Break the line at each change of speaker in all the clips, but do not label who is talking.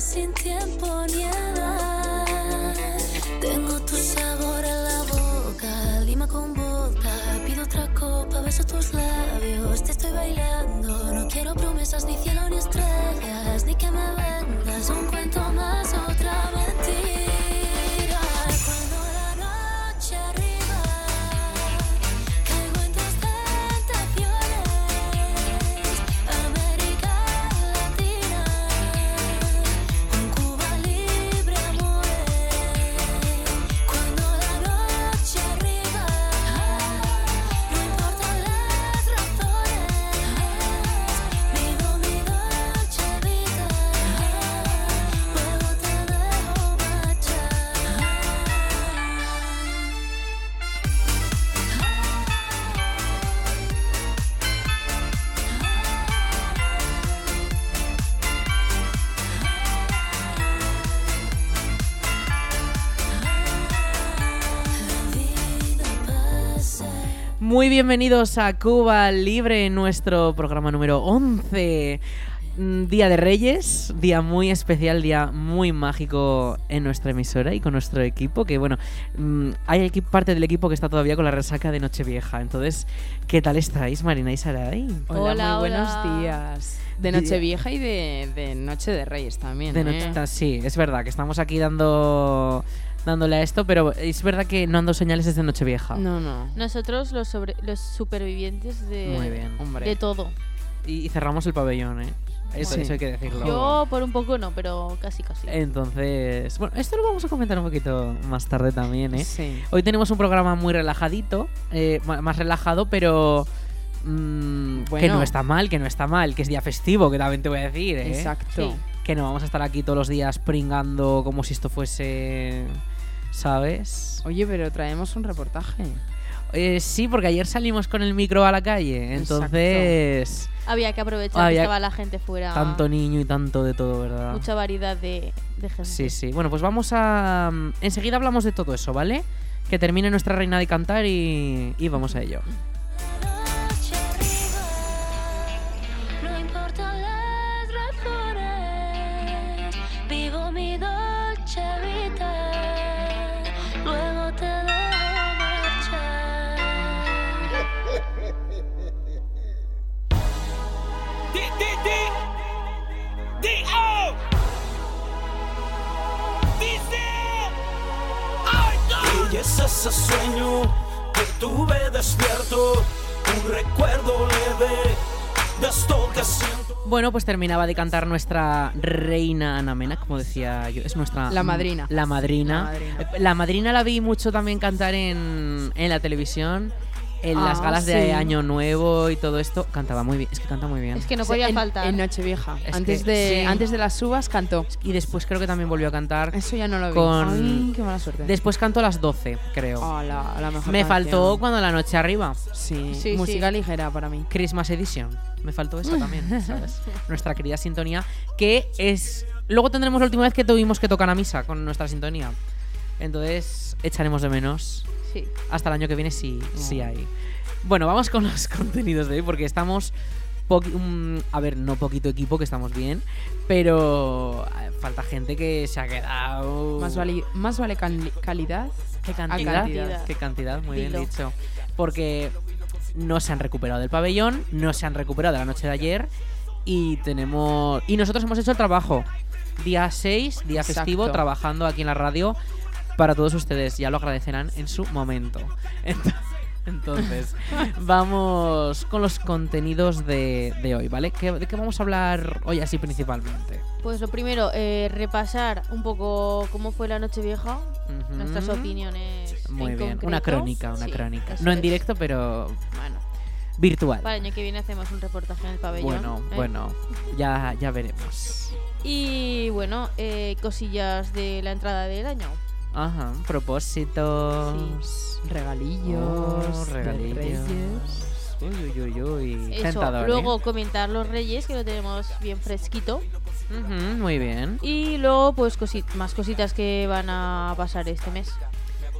sin tiempo ni edad. Tengo tu sabor en la boca, lima con boca. Pido otra copa, beso tus labios, te estoy bailando. No quiero promesas, ni cielo, ni estrellas, ni que me vendas un cuento más, otra mentira. Cuando la noche arriba, caigo en tus tentaciones. América Latina, un Cuba libre, amores. Cuando la noche arriba, no importan las razones. Vivo mi noche vida, luego te dejo marchar.
Muy bienvenidos a Cuba Libre, nuestro programa número 11. Mm, Día de Reyes, día muy especial, día muy mágico en nuestra emisora y con nuestro equipo, que bueno, mm, hay equi- parte del equipo que está todavía con la resaca de Nochevieja. Entonces, ¿qué tal estáis, Marina y Saray?
Hola,
Hola,
muy
hola.
buenos días. De
Di-
Nochevieja y de, de Noche de Reyes también.
De
¿eh?
noche- Sí, es verdad que estamos aquí dando dándole a esto, pero es verdad que no ando señales desde Nochevieja.
No, no.
Nosotros los, sobre- los supervivientes de,
Muy bien.
Hombre.
de todo.
Y, y cerramos el pabellón, ¿eh? Eso,
Sí.
eso hay que decirlo.
Yo por un poco no, pero casi casi.
Entonces, bueno, esto lo vamos a comentar un poquito más tarde también, ¿eh?
Sí.
Hoy tenemos un programa muy relajadito, eh, ma- más relajado, pero mm, que
Bueno.
no está mal, que no está mal, que es día festivo, que también te voy a decir, ¿eh?
Exacto.
Sí.
Que no vamos a estar aquí todos los días pringando como si esto fuese, ¿sabes?
Oye, pero traemos un reportaje.
Eh, sí, porque ayer salimos con el micro a la calle, entonces
Había que aprovechar
Había-
que estaba la gente fuera.
Ah.
tanto niño y tanto de todo, ¿verdad?
mucha variedad de, de gente.
Sí, sí. Bueno, pues vamos a. Enseguida hablamos de todo eso, ¿vale? Que termine nuestra reina de cantar y, y vamos a ello.
noche arriba, no importan las razones, vivo mi dolce vida, luego te dejo marchar.
D D D D O Dice Y es ese sueño que tuve despierto, un recuerdo leve de esto que siento.
Bueno, pues terminaba de cantar nuestra reina Ana Mena, como decía yo. Es nuestra.
La madrina.
La madrina.
La madrina.
Eh, La madrina la vi mucho también cantar en, en la televisión. En las
Ah,
galas
sí.
de Año Nuevo y todo esto, cantaba muy bien. Es que canta muy bien.
Es que no
Sí,
podía
en-
faltar.
En Nochevieja.
Es
antes,
que-
de,
sí.
antes de las uvas cantó.
Y después creo que también volvió a cantar.
Eso ya no lo vi.
Con-
Ay, qué mala suerte.
Después cantó a las 12, creo.
Oh, la, la mejor
Me faltó
canción.
cuando la noche arriba.
Sí,
Sí,
música
sí.
ligera para mí.
Christmas Edition. Me faltó eso también, ¿sabes? Nuestra querida sintonía, que es... Luego tendremos la última vez que tuvimos que tocar a misa con nuestra sintonía. Entonces, echaremos de menos.
Sí.
Hasta el año que viene sí, sí hay. Bueno, vamos con los contenidos de hoy, porque estamos... poqui- mm, a ver, no poquito equipo, que estamos bien, pero eh, falta gente que se ha quedado...
Más vale, más vale cali- calidad.
¿Qué
A
cantidad?
cantidad.
¿Qué cantidad? Muy bien
Dilo.
dicho. Porque no se han recuperado del pabellón, no se han recuperado de la noche de ayer y tenemos... Y nosotros hemos hecho el trabajo. Día 6, día
Exacto.
festivo, trabajando aquí en la radio para todos ustedes. Ya lo agradecerán en su momento. Ent- Entonces, vamos con los contenidos de, de hoy, ¿vale? ¿Qué- ¿De qué vamos a hablar hoy así principalmente?
Pues lo primero, eh, repasar un poco cómo fue la noche vieja, nuestras
Ujú.
opiniones.
Mm. Muy
en
bien, una
concreto.
crónica, una
Sí,
crónica.
eso
No en
es.
directo, pero
Bueno,
virtual.
para el año que viene hacemos un reportaje en el pabellón.
Bueno,
¿eh?
bueno, ya, ya veremos.
Y bueno, eh, cosillas de la entrada del año.
Ajá, propósitos.
Regalillos.
Oh,
de
regalillos.
Reyes.
Uy, uy, uy, uy.
Eso,
Tentador, ¿eh?
luego comentar los reyes, que lo tenemos bien fresquito.
Ujú, muy bien.
Y luego, pues, cosi- más cositas que van a pasar este mes.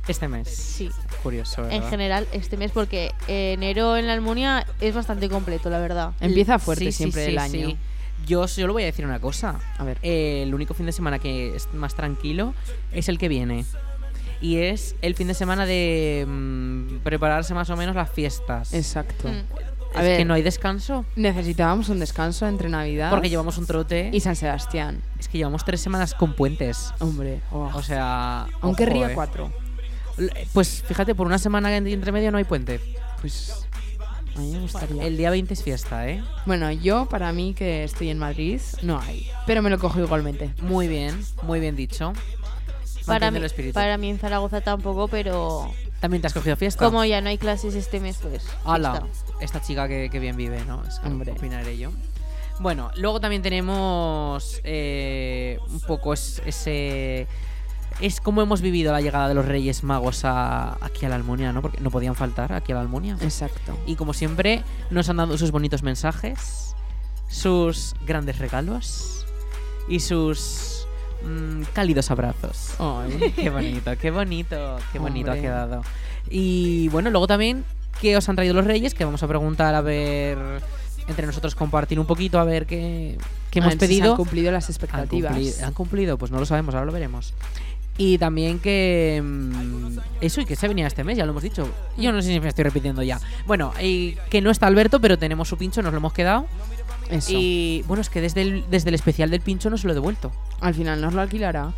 Este mes.
Sí,
Curioso, ¿verdad?
en general este mes, porque eh, enero en la Almunia es bastante completo, la verdad.
Empieza fuerte
Sí, sí,
siempre
sí,
el año.
sí. Yo solo voy a decir una cosa.
A ver.
Eh, el único fin de semana que es más tranquilo es el que viene. Y es el fin de semana de mm, prepararse más o menos las fiestas.
Exacto.
Mm.
A
Es
ver.
que no hay descanso.
Necesitábamos un descanso entre Navidad
Porque llevamos un trote.
y San Sebastián.
Es que llevamos tres semanas con puentes.
Hombre, oh.
O sea.
aunque
ojo,
ría
eh.
cuatro.
L- Pues fíjate, por una semana en- entre medio no hay puente.
Pues a mí me gustaría.
El día 20 es fiesta, ¿eh?
Bueno, yo para mí que estoy en Madrid no hay, pero me lo cojo igualmente.
Muy bien, muy bien dicho.
Para
Mantén
mí,
el espíritu.
para mí en Zaragoza tampoco, pero
También te has cogido fiesta.
como ya no hay clases este mes, pues.
Ala,
fiesta.
esta chica que, que bien vive, ¿no? Es que
Hombre.
opinaré yo. Bueno, luego también tenemos eh, un poco es- ese... Es como hemos vivido la llegada de los Reyes Magos a- aquí a la Almunia, ¿no? Porque no podían faltar aquí a la Almunia.
Exacto.
Y como siempre, nos han dado sus bonitos mensajes, sus grandes regalos y sus mm, cálidos abrazos.
Ay.
Qué bonito, qué bonito, qué bonito ha
Hombre.
quedado. Y bueno, luego también, ¿qué os han traído los reyes? Que vamos a preguntar, a ver, entre nosotros compartir un poquito, a ver qué, qué
A
hemos
ver si se
pedido.
han cumplido las
¿Han
expectativas.
cumplido, ¿Han cumplido? pues no lo sabemos, ahora lo veremos. Y también que... mm, Eso y que se venía este mes, ya lo hemos dicho. Yo no sé si me estoy repitiendo ya. Bueno, y que no está Alberto, pero tenemos su pincho, nos lo hemos quedado.
Eso.
Y bueno, es que desde el, desde el especial del pincho no se lo he devuelto.
Al final nos lo alquilará.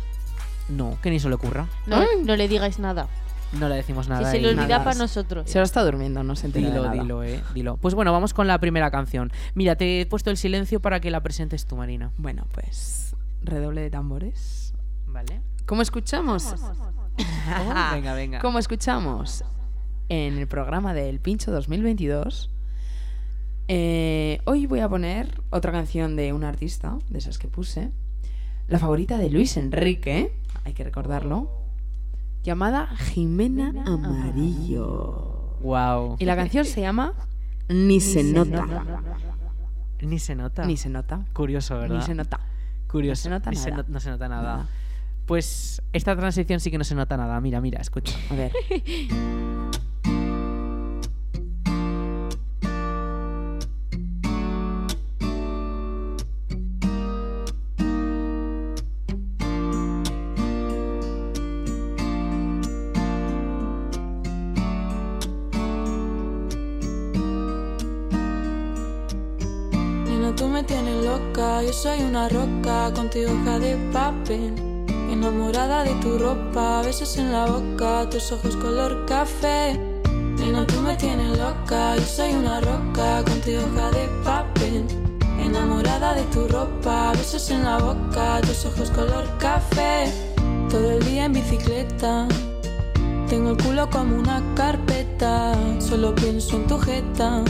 No, que ni se le ocurra.
No, no le digáis nada.
No le decimos nada.
si se
y-
le olvida
nada.
para nosotros.
Se lo está durmiendo, no se entera de
Dilo,
nada.
dilo, eh, dilo. Pues bueno, vamos con la primera canción. Mira, te he puesto el silencio para que la presentes tú, Marina.
Bueno, pues redoble de tambores.
¿Vale?
¿Cómo escuchamos?
venga, venga.
Como escuchamos en el programa del Pincho 2022, eh, hoy voy a poner otra canción de un artista, de esas que puse, la favorita de Luis Enrique, hay que recordarlo, llamada Jimena Amarillo.
Wow.
Y la canción se llama Ni se nota.
Ni se nota.
Ni se nota.
Curioso, ¿verdad?
Ni se nota.
Curioso.
No se nota
Ni se
nada.
no- no se nota nada.
Nada.
Pues esta transición sí que no se nota nada. Mira, mira, escucha.
A ver.
Nena, tú me tienes loca, yo soy una roca contigo hoja de papel. Enamorada de tu ropa, besos en la boca, tus ojos color café. Nena, tú me tienes loca, yo soy una roca contigo hoja de papel. Enamorada de tu ropa, besos en la boca, tus ojos color café. Todo el día en bicicleta, tengo el culo como una carpeta, solo pienso en tu jeta.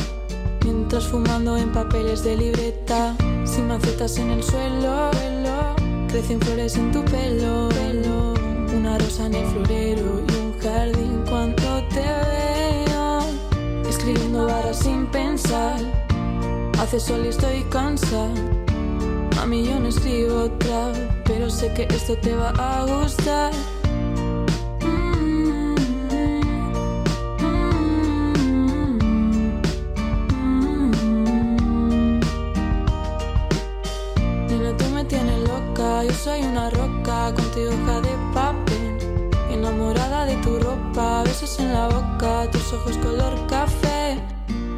Mientras fumando en papeles de libreta, sin macetas en el suelo, suelo. crecen flores en tu pelo, pelo. una rosa en el florero y un jardín cuando te veo. Escribiendo barras sin pensar, hace sol y estoy cansada. Mami, yo no escribo otra, pero sé que esto te va a gustar. Mm, mm, mm. Nena, tú me tienes loca, yo soy una roca contigo hoja de papel. Enamorada de tu ropa, besos en la boca, tus ojos color café.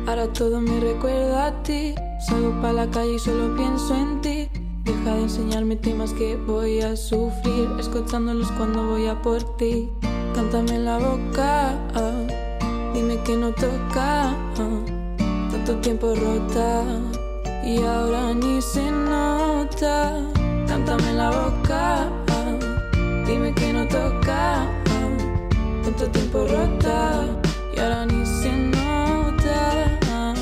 Ahora todo me recuerda a ti. Salgo para la calle y solo pienso en ti. Deja de enseñarme temas que voy a sufrir, escuchándolos cuando voy a por ti. Cántame en la boca, ah. dime que no toca. ah. Tanto tiempo rota y ahora ni se nota. Cántame en la boca, ah, dime que no toca. ah. Tanto tiempo rota y ahora ni se nota. ah.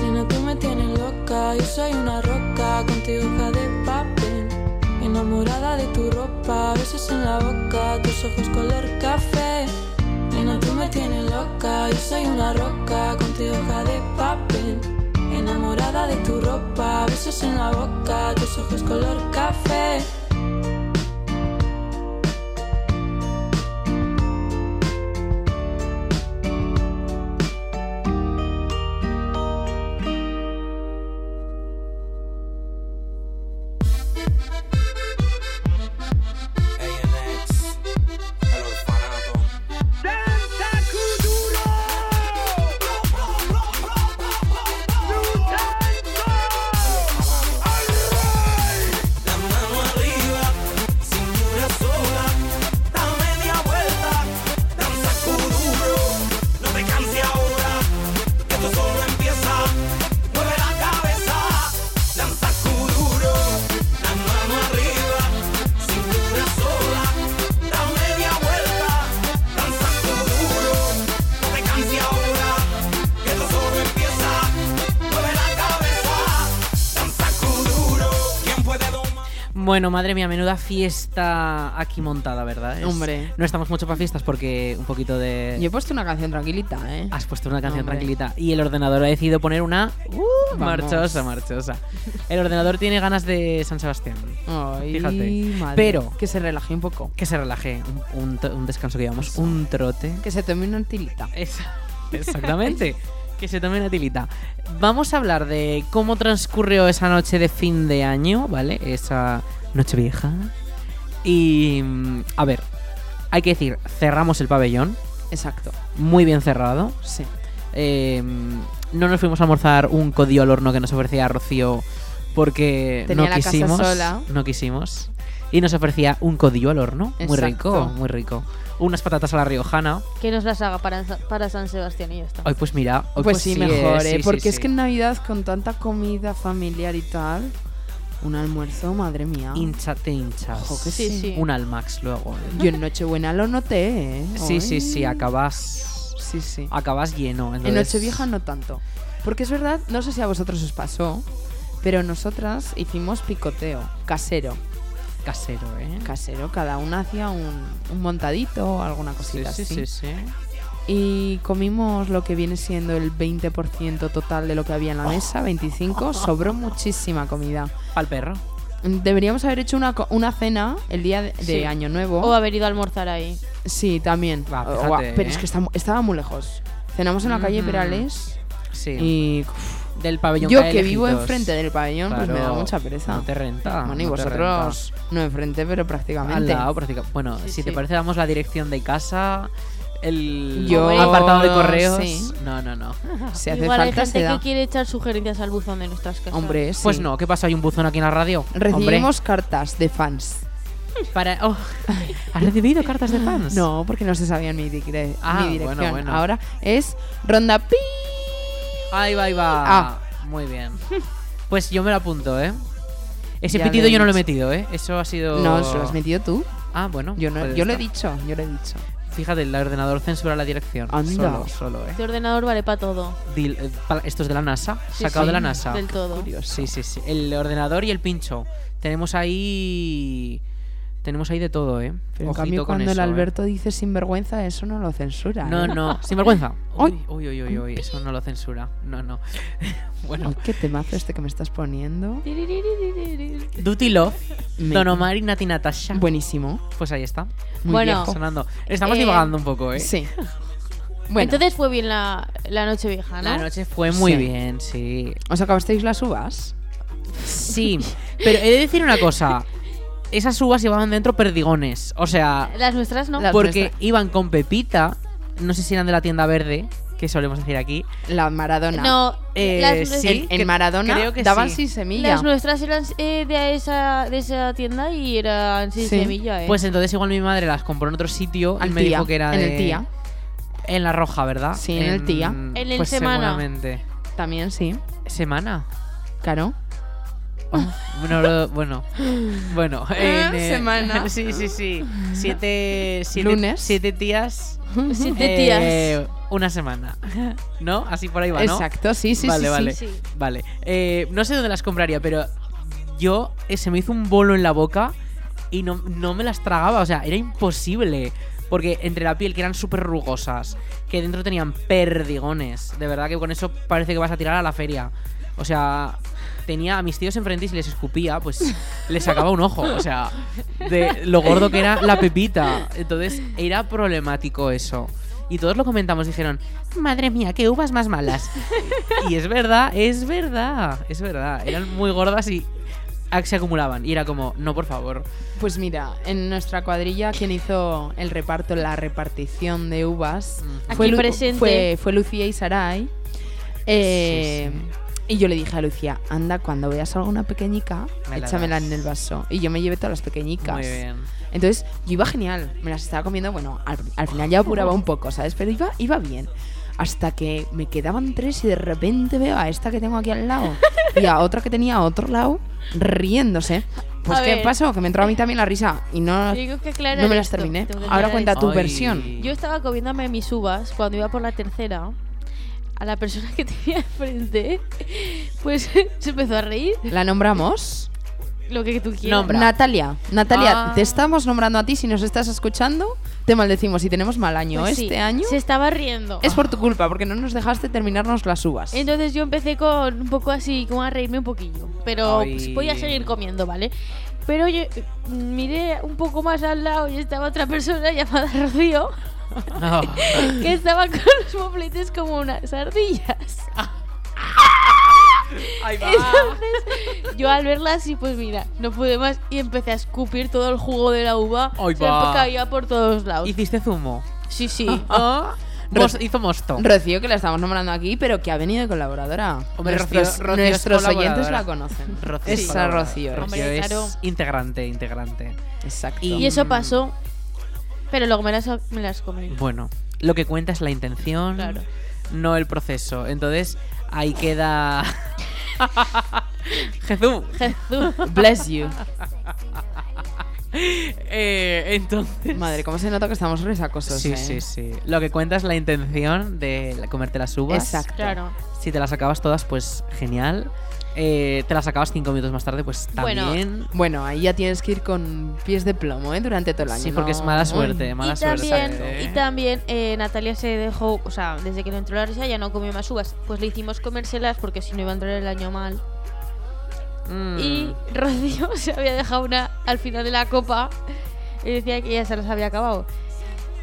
Nena, tú me tienes loca, yo soy una roca contigo hoja de papel. Enamorada de tu ropa, besos en la boca, tus ojos color café. Nena, tú me tienes loca, yo soy una roca contigo hoja de papel. Enamorada de tu ropa, besos en la boca, tus ojos color café.
Bueno, madre mía, menuda fiesta aquí montada, ¿verdad? Es-
Hombre.
No estamos mucho para fiestas porque un poquito de...
Yo he puesto una canción tranquilita, ¿eh?
Has puesto una canción
Hombre.
tranquilita y el ordenador ha decidido poner una... ¡Uh!
Vamos.
marchosa, marchosa. El ordenador tiene ganas de San Sebastián.
Ay,
Fíjate.
madre.
Pero-
Que se relaje un poco.
Que se relaje, un, un to- un descanso que llevamos, un trote.
Que se tome una tilita.
Esa- exactamente. que se tome una tilita. Vamos a hablar de cómo transcurrió esa noche de fin de año, ¿vale? Esa noche vieja. Y... mm, A ver, hay que decir, cerramos el pabellón,
Exacto.
muy bien cerrado.
Sí.
Eh, no nos fuimos a almorzar un codillo al horno que nos ofrecía Rocío porque
Tenía
no
la casa
quisimos.
sola.
No quisimos. Y nos ofrecía un codillo al horno. Muy
Exacto.
rico, muy rico. Unas patatas a la riojana.
Que nos las haga para, para San Sebastián y ya está.
Hoy pues mira, hoy
Pues, sí,
eh,
mejor,
sí,
¿eh?
sí,
Porque es
sí.
que en Navidad, con tanta comida familiar y tal, un almuerzo, madre mía.
hincha te hinchas.
Ojo que
Sí, sí.
Un al max luego. ¿eh?
Yo en Nochebuena lo noté, ¿eh?
Sí, sí,
Ay.
sí, Ah, acabas
Sí, sí.
acabas lleno.
En
entonces-
Nochevieja no tanto. Porque es verdad, no sé si a vosotros os pasó, pero nosotras hicimos picoteo casero.
casero, ¿eh?
Casero, cada una hacía un, un montadito o alguna
Sí,
cosita
sí,
así.
sí, sí.
Y comimos lo que viene siendo el 20% total de lo que había
Oh.
en la mesa, 25, sobró muchísima comida.
Al perro.
Deberíamos haber hecho una, co- una cena el día de, de
Sí.
Año Nuevo.
O haber ido a almorzar ahí.
Sí, también.
Va,
O- o-
fíjate,
pero
¿eh?
es que estam- estaba muy lejos. Cenamos en la calle
Mm.
Perales
Sí.
y uf,
del pabellón
yo
cae
que vivo
lejitos.
enfrente del pabellón, pues me da
Claro,
mucha pereza.
No te renta.
bueno, y
no te
vosotros no enfrente, pero
renta. Al
prácticamente.
lado, prácticamente. Bueno,
Sí,
si te
sí.
parece, damos la dirección de casa, el
Yo-
apartado de correos.
sí.
No, no, no.
Si hace
Igual hay
falta, se
gente
da.
que quiere echar sugerencias al buzón de nuestras casas.
Hombre, sí.
Pues no, ¿qué pasa? ¿Hay un buzón aquí en la radio?
Recibimos cartas de fans.
Hombre, para. oh, ¿Has recibido cartas de fans?
No, porque no se sabían mi, digre-
Ah,
mi dirección.
bueno, bueno.
Ahora es Ronda Pi.
Ahí va, ahí va.
Ah.
Muy bien. Pues yo me lo apunto, ¿eh? Ese
Ya
pitido
lo he
yo no lo he
dicho.
metido, ¿eh? Eso ha sido.
No, se lo has metido tú.
Ah, bueno.
Yo, no,
pues
yo lo he
está.
dicho, yo lo he dicho.
Fíjate, el ordenador censura la dirección.
Anda.
Solo, solo, ¿eh?
Este ordenador vale para todo.
Dil- eh, pa- esto es de la NASA,
Sí,
sacado de
sí,
la NASA.
Del todo.
Sí, sí, sí. El ordenador y el pincho. Tenemos ahí. Tenemos ahí de todo, ¿eh?
Pero en
Ojito
cambio,
con
cuando el
eso, ¿eh?
Alberto dice sinvergüenza, eso no lo censura.
No,
¿eh?
no. Sin vergüenza. Uy,
Ay.
uy, uy, uy, uy. Eso no lo censura. No, no. bueno.
Ay, qué temazo este que me estás poniendo.
Duty Love,
Me-
Don Omar y Nati Natasha.
Buenísimo.
Pues ahí está.
Muy
Bueno,
viejo.
Sonando. Estamos
Eh,
divagando un poco, ¿eh?
Oh. Sí. Bueno,
Entonces fue bien la, la noche vieja, ¿no?
La noche fue muy
Sí.
bien, sí.
¿os acabasteis las uvas?
Sí, pero he de decir una cosa. Esas uvas llevaban dentro perdigones. O sea,
Las nuestras no.
La- Las
porque
nuestras.
iban con Pepita, no sé si eran de la tienda verde, que solemos decir aquí.
La Maradona.
No,
Eh,
las,
sí.
nuestras-
En
que-
Maradona
creo que
daban
sí.
sin semilla.
las nuestras eran eh, de, esa, de esa tienda y eran sin
Sí.
semilla, ¿eh?
Pues entonces igual mi madre las compró en otro sitio y
Al
me
tía,
dijo que era
en
de-
el tía.
En la roja, ¿verdad?
Sí, en el tía.
En
En el
pues
Semana.
seguramente.
También sí.
Semana.
Claro.
Bueno, lo- bueno, bueno.
Ah,
en, eh,
semana.
Sí, sí, sí. Siete, siete
Lunes.
Siete días.
Siete
eh, Una semana. ¿No? Así por ahí va, ¿no?
Exacto, sí, sí,
vale,
sí, sí.
vale.
sí.
Vale. Eh, no sé dónde las compraría, pero yo eh, se me hizo un bolo en la boca y no, no me las tragaba. O sea, era imposible. Porque entre la piel, que eran súper rugosas, que dentro tenían perdigones. De verdad que con eso parece que vas a tirar a la feria. O sea, tenía a mis tíos enfrente y si les escupía, pues les sacaba un ojo. O sea, de lo gordo que era la pepita. Entonces era problemático eso. Y todos lo comentamos, dijeron, madre mía, qué uvas más malas. Y es verdad, es verdad, es verdad. Eran muy gordas y ac- se acumulaban. Y era como, no, por favor.
Pues mira, en nuestra cuadrilla quien hizo el reparto, la repartición de uvas
Mm.
Aquí
Lu-
presente.
fue, fue Lucía y Sarai. Eh, Y yo le dije a Lucía, anda, cuando veas alguna pequeñica,
Me la
échamela
das".
en el vaso. Y yo me llevé todas las pequeñicas.
Muy bien.
Entonces, yo iba genial. Me las estaba comiendo, bueno, al, al final ya apuraba un poco, ¿sabes? Pero iba, iba bien. Hasta que me quedaban tres y de repente veo a esta que tengo aquí al lado y a otra que tenía a otro lado riéndose. Pues,
A
¿qué
ver.
pasó? Que me entró a mí también la risa y no,
Tengo que aclarar
no me las
esto,
terminé.
tengo que
Ahora
aclarar
cuenta tu
Ay.
versión.
esto. Yo estaba comiéndome mis uvas cuando iba por la tercera. A la persona que tenía enfrente, pues se empezó a reír.
¿La nombramos?
lo que tú quieras.
Nombra.
Natalia, Natalia,
Ah.
te estamos nombrando a ti. Si nos estás escuchando, te maldecimos. Si tenemos mal año
Pues sí,
este año,
Se estaba riendo.
es por tu culpa, porque no nos dejaste terminarnos las uvas.
Entonces yo empecé con un poco así, como a reírme un poquillo. Pero
Ay.
pues, voy a seguir comiendo, ¿vale? Pero yo eh, miré un poco más al lado y estaba otra persona llamada Rocío
No.
que estaba con los mofletes como unas ardillas. Entonces, yo al verla así, pues mira, no pude más y empecé a escupir todo el jugo de la uva.
Ay,
se
va.
caía por todos lados.
Hiciste zumo. Oh,
Sí, sí.
Ah.
Mos- hizo mosto.
Rocío, que la estamos nombrando aquí, pero que ha venido de colaboradora.
Hombre,
nuestros
Rocío- Rocío es
nuestros oyentes
colaboradora.
la conocen.
Rocío es
Esa
colaboradora.
Rocío.
Rocío
Hombre,
es
claro.
integrante, integrante.
Exacto.
Y-
Y eso pasó. Pero luego me las, me las comí.
Bueno, lo que cuenta es la intención,
Claro.
no el proceso. Entonces, ahí queda. Jesús.
Jesús.
Bless you.
Eh, entonces.
Madre, cómo se nota que estamos resacosos.
Sí,
eh?
sí, sí. Lo que cuenta es la intención de la- comerte las uvas.
Exacto.
Claro.
Si te las acabas todas, pues genial. Eh, te las acabas cinco minutos más tarde, pues
Bueno,
también.
Bueno, ahí ya tienes que ir con pies de plomo, ¿eh? Durante todo el año.
sí, porque es
¿no?
mala suerte, mala
y
suerte.
también,
¿eh?
y también eh, Natalia se dejó, o sea, desde que le entró la risa ya no comió más uvas. Pues le hicimos comérselas porque si no iba a entrar el año mal.
Mm.
Y Rocío se había dejado una al final de la copa y decía que ya se las había acabado.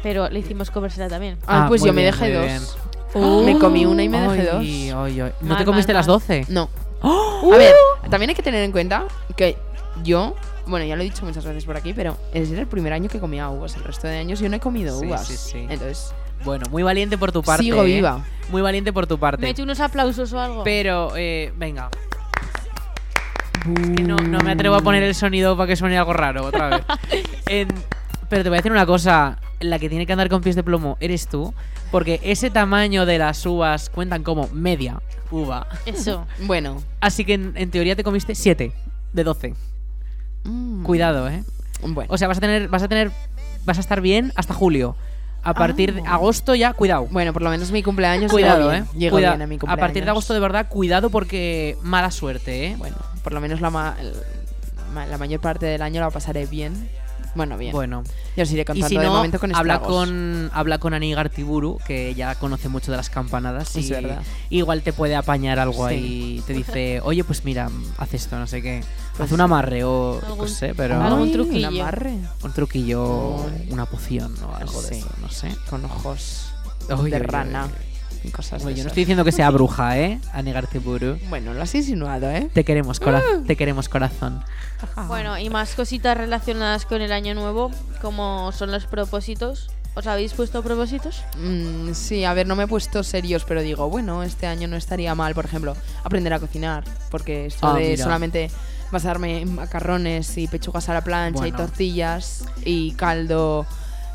Pero le hicimos comérsela también.
Ah,
Ah,
pues
muy
yo me
bien,
dejé
muy
dos. Oh. Me comí una y me dejé
Ay,
dos.
ay, ay. ¿No
Mal,
te comiste
mal,
las
mal.
12?
No. A ver, también hay que tener en cuenta que yo, bueno, ya lo he dicho muchas veces por aquí, pero ese era el primer año que comía uvas. El resto de años yo no he comido
Sí,
uvas.
sí, sí.
Entonces,
Bueno, muy valiente por tu parte.
Uh. Sigo
¿eh?
viva.
Muy valiente por tu parte.
Me eché unos aplausos o algo.
Pero, eh, venga. Es que no, no me atrevo a poner el sonido para que suene algo raro otra vez. En- pero te voy a decir una cosa. La que tiene que andar con pies de plomo eres tú. Porque ese tamaño de las uvas cuentan como media uva.
Eso.
bueno.
Así que en, en teoría te comiste 7 de 12.
Mm,
Cuidado, eh.
Bueno.
O sea, vas a tener. Vas a tener. Vas a estar bien hasta julio. A partir de agosto ya, cuidado.
Ah. bueno, por lo menos mi cumpleaños.
Cuidado,
llegó
eh.
bien. Llegó
Cuida-
bien a mi
a
cumpleaños.
partir de agosto, de verdad, cuidado porque mala suerte, eh.
Bueno, por lo menos la, ma- ma- la mayor parte del año la pasaré bien. Bueno, bien.
Bueno,
Yo os iré
y
contando
si
de
no,
momento con
habla
estragos.
con habla con Ani Gartiburu, que ya conoce mucho de las campanadas y
Es verdad.
igual te puede apañar algo
Sí.
ahí. Te dice, oye, pues mira, haz esto, no sé qué.
Pues
haz un amarre o no
Algún-
sé, pero
algún
Ay,
truquillo.
Un amarre.
un truquillo, o
Ay.
una poción o algo de
Sí.
eso, no sé.
Con ojos
Ay,
de
ay, ay,
rana.
ay.
Y cosas
Oye,
de
Pues yo no
esas.
estoy diciendo que sea bruja, ¿eh? Ani Gartiburu.
Bueno, lo has insinuado, ¿eh?
Te queremos, cora- te queremos corazón.
Bueno, y más cositas relacionadas con el año nuevo, como son los propósitos. ¿Os habéis puesto propósitos?
Mm, sí, a ver, no me he puesto serios, pero digo, bueno, este año no estaría mal, por ejemplo, aprender a cocinar, porque esto
Ah,
de
mira.
solamente basarme en macarrones y pechugas a la plancha y
Bueno.
tortillas y caldo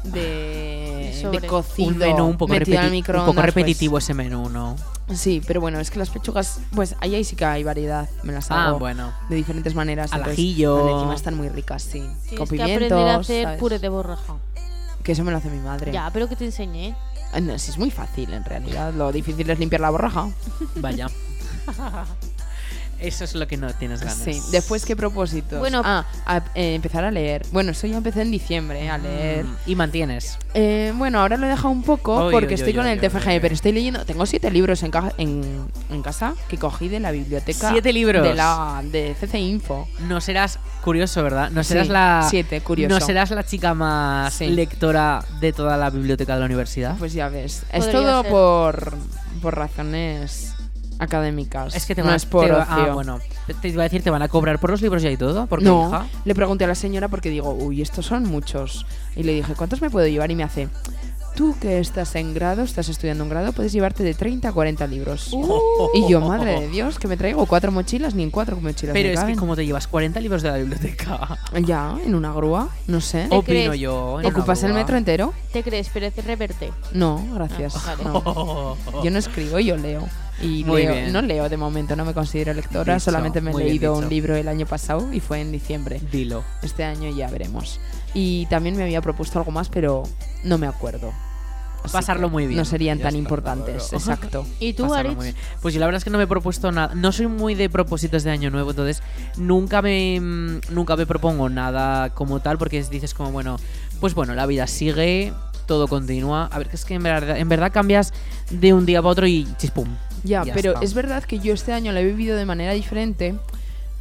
de,
Y
de
sobre.
cocido
un menú un poco,
metido al
repeti- un poco
microondas, pues,
repetitivo ese menú, ¿no?
sí, pero bueno, es que las pechugas, pues ahí, ahí sí que hay variedad, me las
Ah,
hago
bueno.
de diferentes maneras.
Al
entonces,
ajillo.
bueno, pues, encima están muy ricas, sí. Con
Tienes que
pimientos,
aprender a hacer
¿sabes?
puré de borraja.
Que eso me lo hace mi madre.
Ya, pero que te enseñé.
Ah, no, sí, es muy fácil en realidad. Lo difícil es limpiar la borraja.
Vaya. Eso es lo que no tienes ganas.
Sí, después qué propósitos.
Bueno.
ah, a- eh, empezar a leer. Bueno, eso ya empecé en diciembre eh, a leer.
Mm, Y mantienes.
Eh, bueno, ahora lo he dejado un poco
Oy,
porque
oy,
estoy
oy,
con
oy,
el
oy,
TFG,
oy.
pero estoy leyendo. Tengo siete libros en, caja- en, en casa que cogí de la biblioteca.
Siete libros.
De la de CC Info.
No serás curioso, ¿verdad? No Pues serás
Sí,
la.
siete, curioso.
No serás la chica más
Sí.
lectora de toda la biblioteca de la universidad.
Pues ya ves. es
Podría
todo
ser.
por, por razones académicas.
es que te
no
van
es por
te va-
ocio.
Ah, bueno. Te- Te iba a decir, te van a cobrar por los libros ya y todo. Porque
no,
hija,
le pregunté a la señora porque digo, uy, estos son muchos. Y le dije, ¿cuántos me puedo llevar? Y me hace, tú que estás en grado, estás estudiando un grado, puedes llevarte de 30 a 40 libros.
Uh.
Y yo, madre de Dios, que me traigo cuatro mochilas, ni en cuatro mochilas
Pero
me
es que
caben.
como te llevas 40 libros de la biblioteca.
Ya, en una grúa, no sé.
¿Te
Opino
crees?
yo. Oh, en una
¿Ocupas el
grúa.
metro entero?
¿Te crees? Perece reverte.
No, gracias.
Ah, vale.
no. Yo no escribo, yo leo. Y
Muy
leo-
bien.
no leo de momento, no me considero lectora,
Dicho,
solamente me he
muy bien
leído
dicho.
un libro el año pasado y fue en diciembre.
Dilo.
Este año ya veremos. Y también me había propuesto algo más, pero no me acuerdo. Así
pasarlo
que
muy bien.
No serían
Ya
tan
está,
importantes, exacto.
¿Y tú,
Pasarlo
Aritz?
muy bien. Pues yo la verdad es que no me he propuesto nada. No soy muy de propósitos de año nuevo, entonces nunca me mm, nunca me propongo nada como tal, porque es- dices como, bueno, pues bueno, la vida sigue, todo continúa. A ver, que es que en verdad, en verdad cambias de un día para otro y chispum.
Ya,
Ya
pero
está.
es verdad que yo este año lo he vivido de manera diferente.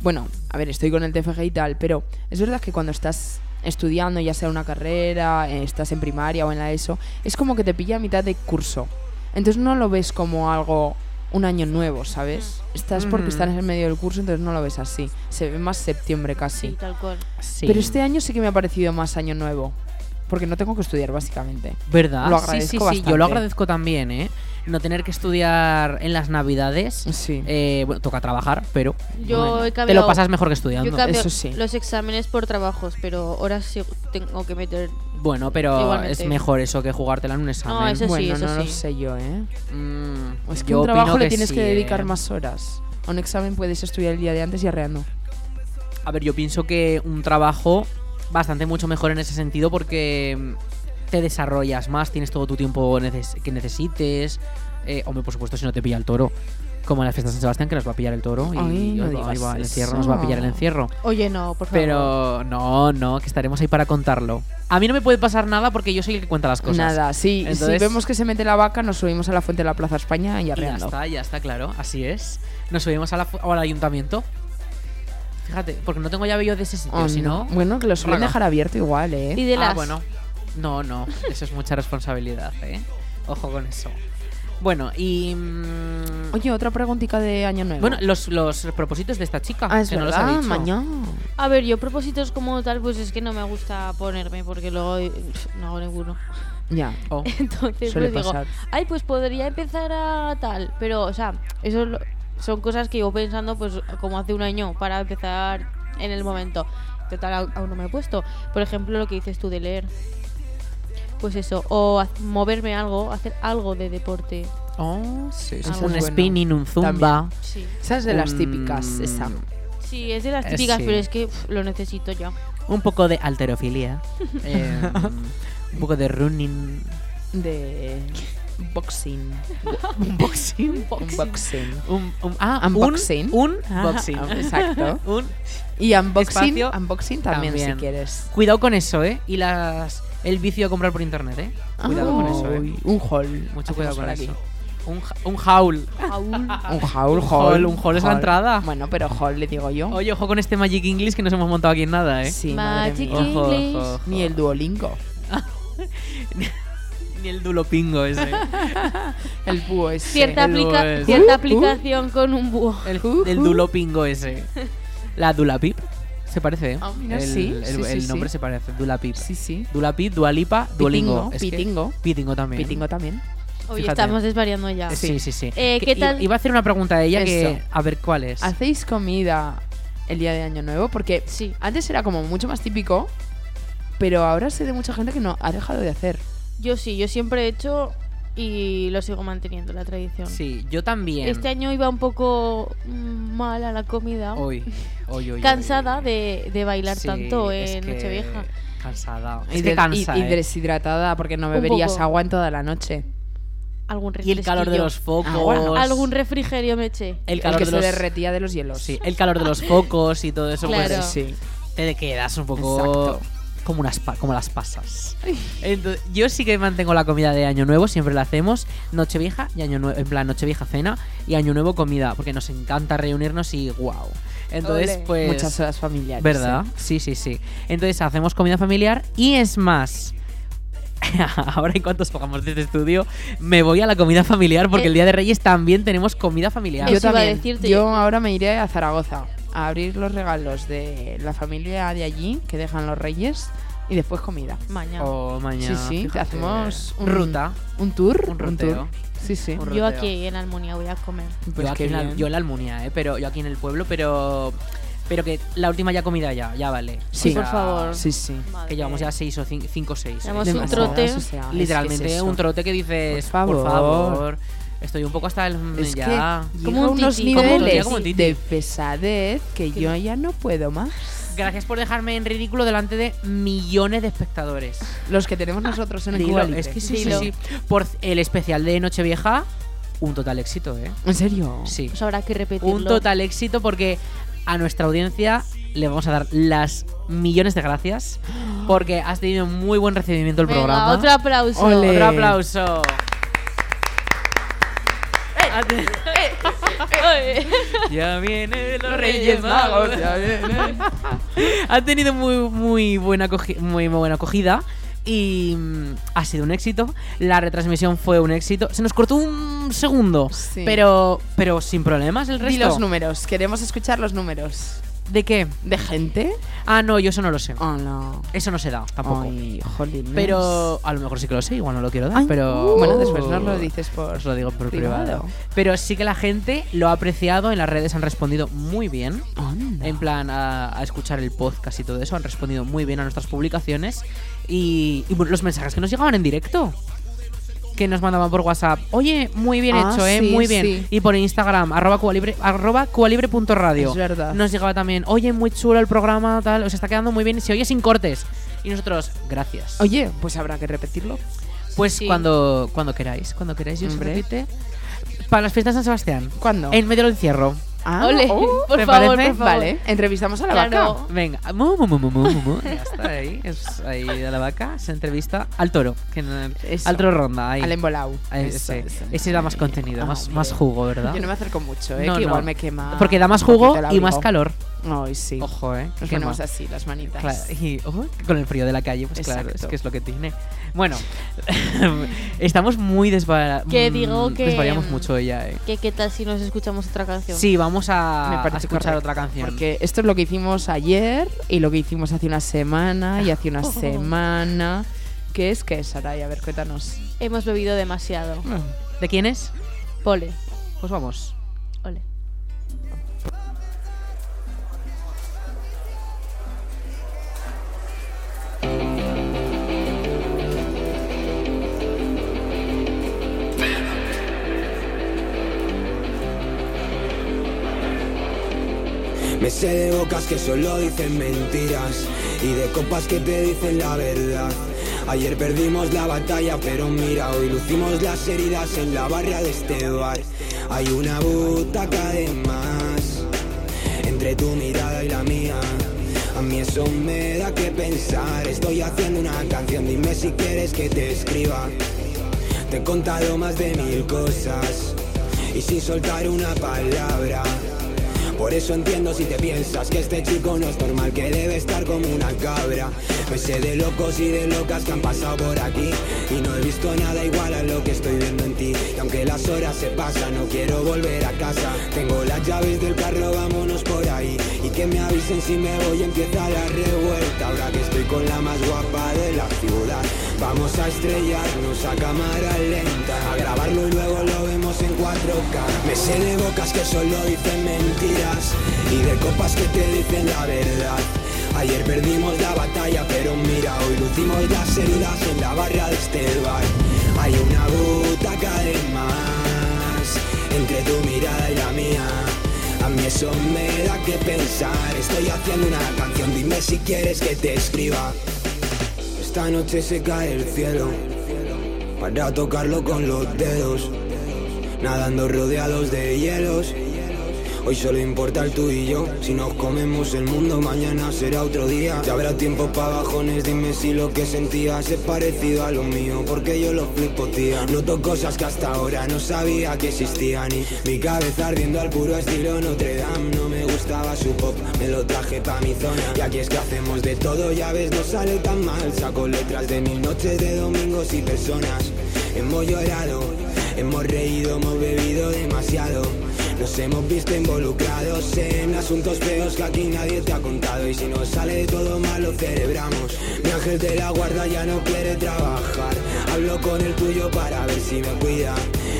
Bueno, a ver, estoy con el TFG y tal, pero es verdad que cuando estás estudiando, ya sea una carrera, eh, estás en primaria o en la ESO, es como que te pilla a mitad de curso. Entonces no lo ves como algo, un año nuevo, ¿sabes? Estás porque
Ujú.
estás en el medio del curso, entonces no lo ves así. Se ve más septiembre casi.
Sí, tal cual.
Sí.
Pero este año sí que me ha parecido más año nuevo, porque no tengo que estudiar básicamente.
¿Verdad?
Lo
sí, sí, sí.
agradezco
Yo
bastante.
lo agradezco también, ¿eh? No tener que estudiar en las navidades.
Sí.
Eh, bueno, toca trabajar, pero
Yo
bueno,
he
te lo
cambiado-
pasas mejor que
Yo
estudiando.
cambio
eso sí.
los exámenes por trabajos, pero ahora sí tengo que meter.
Bueno, pero
Igualmente.
es mejor eso que jugártela en un examen.
No, eso sí,
bueno,
eso
no lo
sí.
sé yo, ¿eh?
Mm,
O Es que
yo
un
opino
trabajo le tienes
sí,
que dedicar
eh.
más horas. A un examen puedes estudiar el día de antes y arreando.
A ver, yo pienso que un trabajo bastante mucho mejor en ese sentido porque mm, te desarrollas más, tienes todo tu tiempo neces- que necesites. Eh, hombre, por supuesto, si no te pilla el toro. Como en las fiestas de San Sebastián, que nos va a pillar el toro. Y
Ay, no
ahí va, ahí
digas
va, el
eso.
encierro nos va a pillar el encierro.
Oye, no, por favor.
Pero no, no, que estaremos ahí para contarlo. A mí no me puede pasar nada porque yo soy el que cuenta las cosas.
Nada, sí, si
Entonces-
vemos que se mete la vaca, nos subimos a la fuente de la Plaza España y
Y ya
arreando.
está, ya está, claro, así es. Nos subimos a la fu- al ayuntamiento. Fíjate, porque no tengo llave yo de ese sitio,
Oh,
si
no.
no.
Bueno, que lo suelen
Raga.
dejar abierto igual, ¿eh?
Y de las.
Ah, bueno. No, no, eso es mucha responsabilidad, ¿eh? Ojo con eso. Bueno, y. mm,
Oye, otra preguntita de Año Nuevo.
bueno, los, los propósitos de esta chica.
ah, es
que no los
verdad,
ha dicho.
mañana.
A ver, yo propósitos como tal, pues es que no me gusta ponerme porque luego eh, no hago ninguno.
Ya,
Oh,
Entonces
suele
pues digo,
pasar.
ay, pues podría empezar a tal. Pero, o sea, eso lo- son cosas que yo pensando, pues como hace un año, para empezar en el momento. Total, au- aún no me he puesto. Por ejemplo, lo que dices tú de leer. Pues eso, o haz- moverme algo, hacer algo de deporte.
oh, sí,
sí,
un
sí, bueno.
spinning, un zumba.
Sí,
Esa es de las
un-
típicas, esa.
sí es de las
Eh,
típicas,
sí.
pero es que pf, lo necesito ya.
Un poco de alterofilia. eh, un poco de running.
De boxing.
Unboxing.
Unboxing.
Un, un- ah, un-
Unboxing.
Un,
Boxing, exacto.
Un-
Y unboxing,
Espacio,
unboxing también,
también.
si quieres.
Cuidado con eso, ¿eh? Y las el vicio a comprar por internet, ¿eh? Cuidado con eso, ¿eh?
Ah. Uy, Un haul.
Mucho
Hacemos
cuidado con
por aquí.
eso. Un, ja- un haul.
Aún.
Un haul,
Un haul, un haul es la entrada.
Bueno, pero haul le digo yo.
Oye, ojo con este Magic English que nos hemos montado aquí en nada, ¿eh?
Sí, madre
Magic
mía.
Ojo, ojo,
English.
ojo.
Ni el Duolingo.
Ni el dulopingo ese.
El búho ese.
Cierta,
Luego
aplica-
es-
cierta
Uh, uh.
aplicación con un búho.
El,
Ujú.
el dulopingo ese. La Dulapip. Se parece, ¿eh?
Ah, mira,
el,
sí,
El,
sí, sí,
el
sí.
nombre se parece. Dulapip.
Sí, sí.
Dulapip, Dualipa, Duolingo.
Pitingo,
Es que-
pitingo.
Pitingo también.
Pitingo también.
Hoy
Fíjate.
estamos desvariando ya.
Sí, sí, sí.
Eh,
Que
¿qué
i-
tal?
Iba a hacer una pregunta a ella que...
Eso.
A ver, ¿cuál es?
¿Hacéis comida el día de Año Nuevo? Porque
Sí.
antes era como mucho más típico, pero ahora sé de mucha gente que no ha dejado de hacer.
Yo sí, yo siempre he hecho y lo sigo manteniendo, la tradición.
Sí, yo también.
Este año iba un poco mm, mal a la comida.
Hoy. Hoy, hoy, hoy.
cansada de, de bailar
Sí,
tanto
es
en
que
Nochevieja.
Cansada.
Y
Es que
de-
cansa,
y, y
¿eh?
deshidratada porque no beberías
poco.
agua en toda la noche.
Algún
Y el calor de
refresquillo.
los focos.
Ah, bueno.
Algún refrigerio me eché.
el calor
que
de
se
los...
derretía de los hielos.
Sí, el calor de los focos y todo eso. pues,
Claro.
sí.
te quedas un poco
Exacto.
como, unas pa- como las pasas. Entonces, yo sí que mantengo la comida de Año Nuevo, siempre la hacemos. Nochevieja y Año Nuevo, en plan Nochevieja cena y Año Nuevo comida, porque nos encanta reunirnos y wow. Entonces,
Ole.
pues...
Muchas horas familiares.
¿Verdad? Sí, sí, sí. Entonces hacemos comida familiar y es más... Ahora en cuanto salgamos de este estudio, me voy a la comida familiar porque
Eh.
el Día de Reyes también tenemos comida familiar.
Yo
Yo
Eso iba a
también.
decirte.
Yo ahora me iré a Zaragoza a abrir los regalos de la familia de allí que dejan los reyes y después comida.
Mañana.
Oh, mañana.
sí, sí, te
fíjate.
hacemos un-
ruta.
Un tour.
Un
tour.
ruteo.
Sí, sí.
Un roteo.
yo aquí en Almunia voy a comer.
Pues
yo, aquí
qué
en la,
bien.
yo en la Almunia, eh, pero yo aquí en el pueblo, pero pero que la última ya comida ya, ya vale.
Sí.
Por favor.
Sí, sí.
Que
Madre.
llevamos ya seis o cin- cinco o seis.
Llevamos
¿eh?
un
Demasiadas,
trote.
o sea, es que es
Literalmente
eso.
un trote que dices,
Por
por
favor.
favor, estoy un poco hasta el
Es que
ya.
llega
Como
a
un
unos
titi.
Como un titi,
niveles
como un titi.
de pesadez que yo ya no puedo más.
Gracias por dejarme en ridículo delante de millones de espectadores.
Los que tenemos nosotros en el
Dilo,
Cuba Libre.
es que sí, sí,
Dilo.
sí. Por el especial de Nochevieja, un total éxito, ¿eh?
¿En serio?
Sí.
Pues habrá que repetirlo.
Un total éxito porque a nuestra audiencia le vamos a dar las millones de gracias porque has tenido muy buen recibimiento el
Venga,
programa.
Otro aplauso.
Ole.
Otro aplauso. Ah, te- ya vienen los Reyes Magos.
ya viene.
Ha tenido muy, muy, buena acogi- muy, muy buena acogida y mm, ha sido un éxito. La retransmisión fue un éxito. Se nos cortó un segundo,
Sí.
pero, pero sin problemas el
Di
resto.
los números. Queremos escuchar los números.
¿De qué?
¿De gente?
Ah, no, yo eso no lo sé.
Oh, no.
Eso no se da tampoco.
Ay, jolines.
Pero a lo mejor sí que lo sé, igual no lo quiero dar,
Ay, uh.
pero...
Bueno, después nos lo dices por...
Os lo digo por
Privado.
privado. Pero sí que la gente lo ha apreciado, en las redes han respondido muy bien.
Anda.
En plan, a, a escuchar el podcast y todo eso, han respondido muy bien a nuestras publicaciones y, y, bueno, los mensajes que nos llegaban en directo. Que nos mandaban por WhatsApp. Oye, muy bien
Ah,
hecho, ¿eh?
sí,
muy bien.
sí.
Y por Instagram, arroba cualibre, arroba cualibre.radio.
Es verdad.
Nos llegaba también, oye, muy chulo el programa, tal, os está quedando muy bien y se oye sin cortes. Y nosotros, gracias.
Oye, pues habrá que repetirlo.
Pues
Sí.
cuando, cuando queráis, cuando queráis, yo se
Hombre.
repite. Para las fiestas de San Sebastián.
¿Cuándo?
En medio del encierro.
Ah,
Ole,
oh,
por
¿te
favor,
parece?
por favor.
Vale, entrevistamos a la
Claro.
vaca.
Venga. Mu, mu, mu, mu, mu, mu, mu. Ya está ahí. Es ahí de la vaca. Se entrevista al toro. Que no-
Eso.
al toro ronda. Ahí.
Al embolao.
Ahí,
Eso,
ese.
eso.
Ese da más contenido,
Ah,
más,
hombre.
más jugo, ¿verdad?
Yo no me acerco mucho, eh,
No,
que
no.
igual me quema.
Porque da más
un poquito
jugo
el
y más
abrigo.
calor.
Ay, sí.
Ojo, ¿eh?
Nos
Quema.
ponemos así, las manitas.
Claro, y ujú, con el frío de la calle, pues claro, es
Exacto.
que es lo que tiene. Bueno, estamos muy desvara-
Que digo
mm,
que,
Desvariamos
mm,
mucho ya, ¿eh?
¿Qué, ¿Qué tal si nos escuchamos otra canción?
Sí, vamos
Me
a, a
parece
escuchar
correcto,
otra canción.
Porque esto es lo que hicimos ayer y lo que hicimos hace una semana y hace una
Oh.
semana. ¿Qué es? ¿Qué es, Saray? A ver, cuéntanos.
Hemos bebido demasiado.
¿De quién es?
Pole.
Pues vamos.
Ole.
Me sé de bocas que solo dicen mentiras y de copas que te dicen la verdad. Ayer perdimos la batalla, pero mira, hoy lucimos las heridas en la barra de este bar. Hay una butaca de más entre tu mirada y la mía. A mí eso me da que pensar. Estoy haciendo una canción, dime si quieres que te escriba. Te he contado más de mil cosas y sin soltar una palabra. Por eso entiendo si te piensas que este chico no es normal, que debe estar como una cabra. Me sé de locos y de locas que han pasado por aquí y no he visto nada igual a lo que estoy viendo en ti. Y aunque las horas se pasan, no quiero volver a casa. Tengo las llaves del carro, vámonos por ahí y que me avisen si me voy. Empieza la revuelta ahora que estoy con la más guapa de la ciudad. Vamos a estrellarnos a cámara lenta, a grabarlo y luego lo vemos en 4K. Me sé de bocas que solo dicen mentiras y de copas que te dicen la verdad. Ayer perdimos la batalla, pero mira, hoy lucimos las heridas en la barra de este bar. Hay una butaca de más entre tu mirada y la mía. A mí eso me da que pensar. Estoy haciendo una canción, dime si quieres que te escriba. Esta noche se cae el cielo para tocarlo con los dedos, nadando rodeados de hielos. Hoy solo importa el tú y yo. Si nos comemos el mundo, mañana será otro día. Ya habrá tiempo para bajones, dime si lo que sentías es parecido a lo mío. Porque yo lo flipo, tía. Noto cosas que hasta ahora no sabía que existían. Y mi cabeza ardiendo al puro estilo Notre Dame. No me gustaba su pop, me lo traje pa' mi zona. Y aquí es que hacemos de todo, ya ves, no sale tan mal. Saco letras de mil noches de domingos y personas. Hemos llorado, hemos reído, hemos bebido demasiado. Nos hemos visto involucrados en asuntos feos que aquí nadie te ha contado Y si nos sale todo mal lo celebramos Mi ángel de la guarda ya no quiere trabajar Hablo con el tuyo para ver si me cuida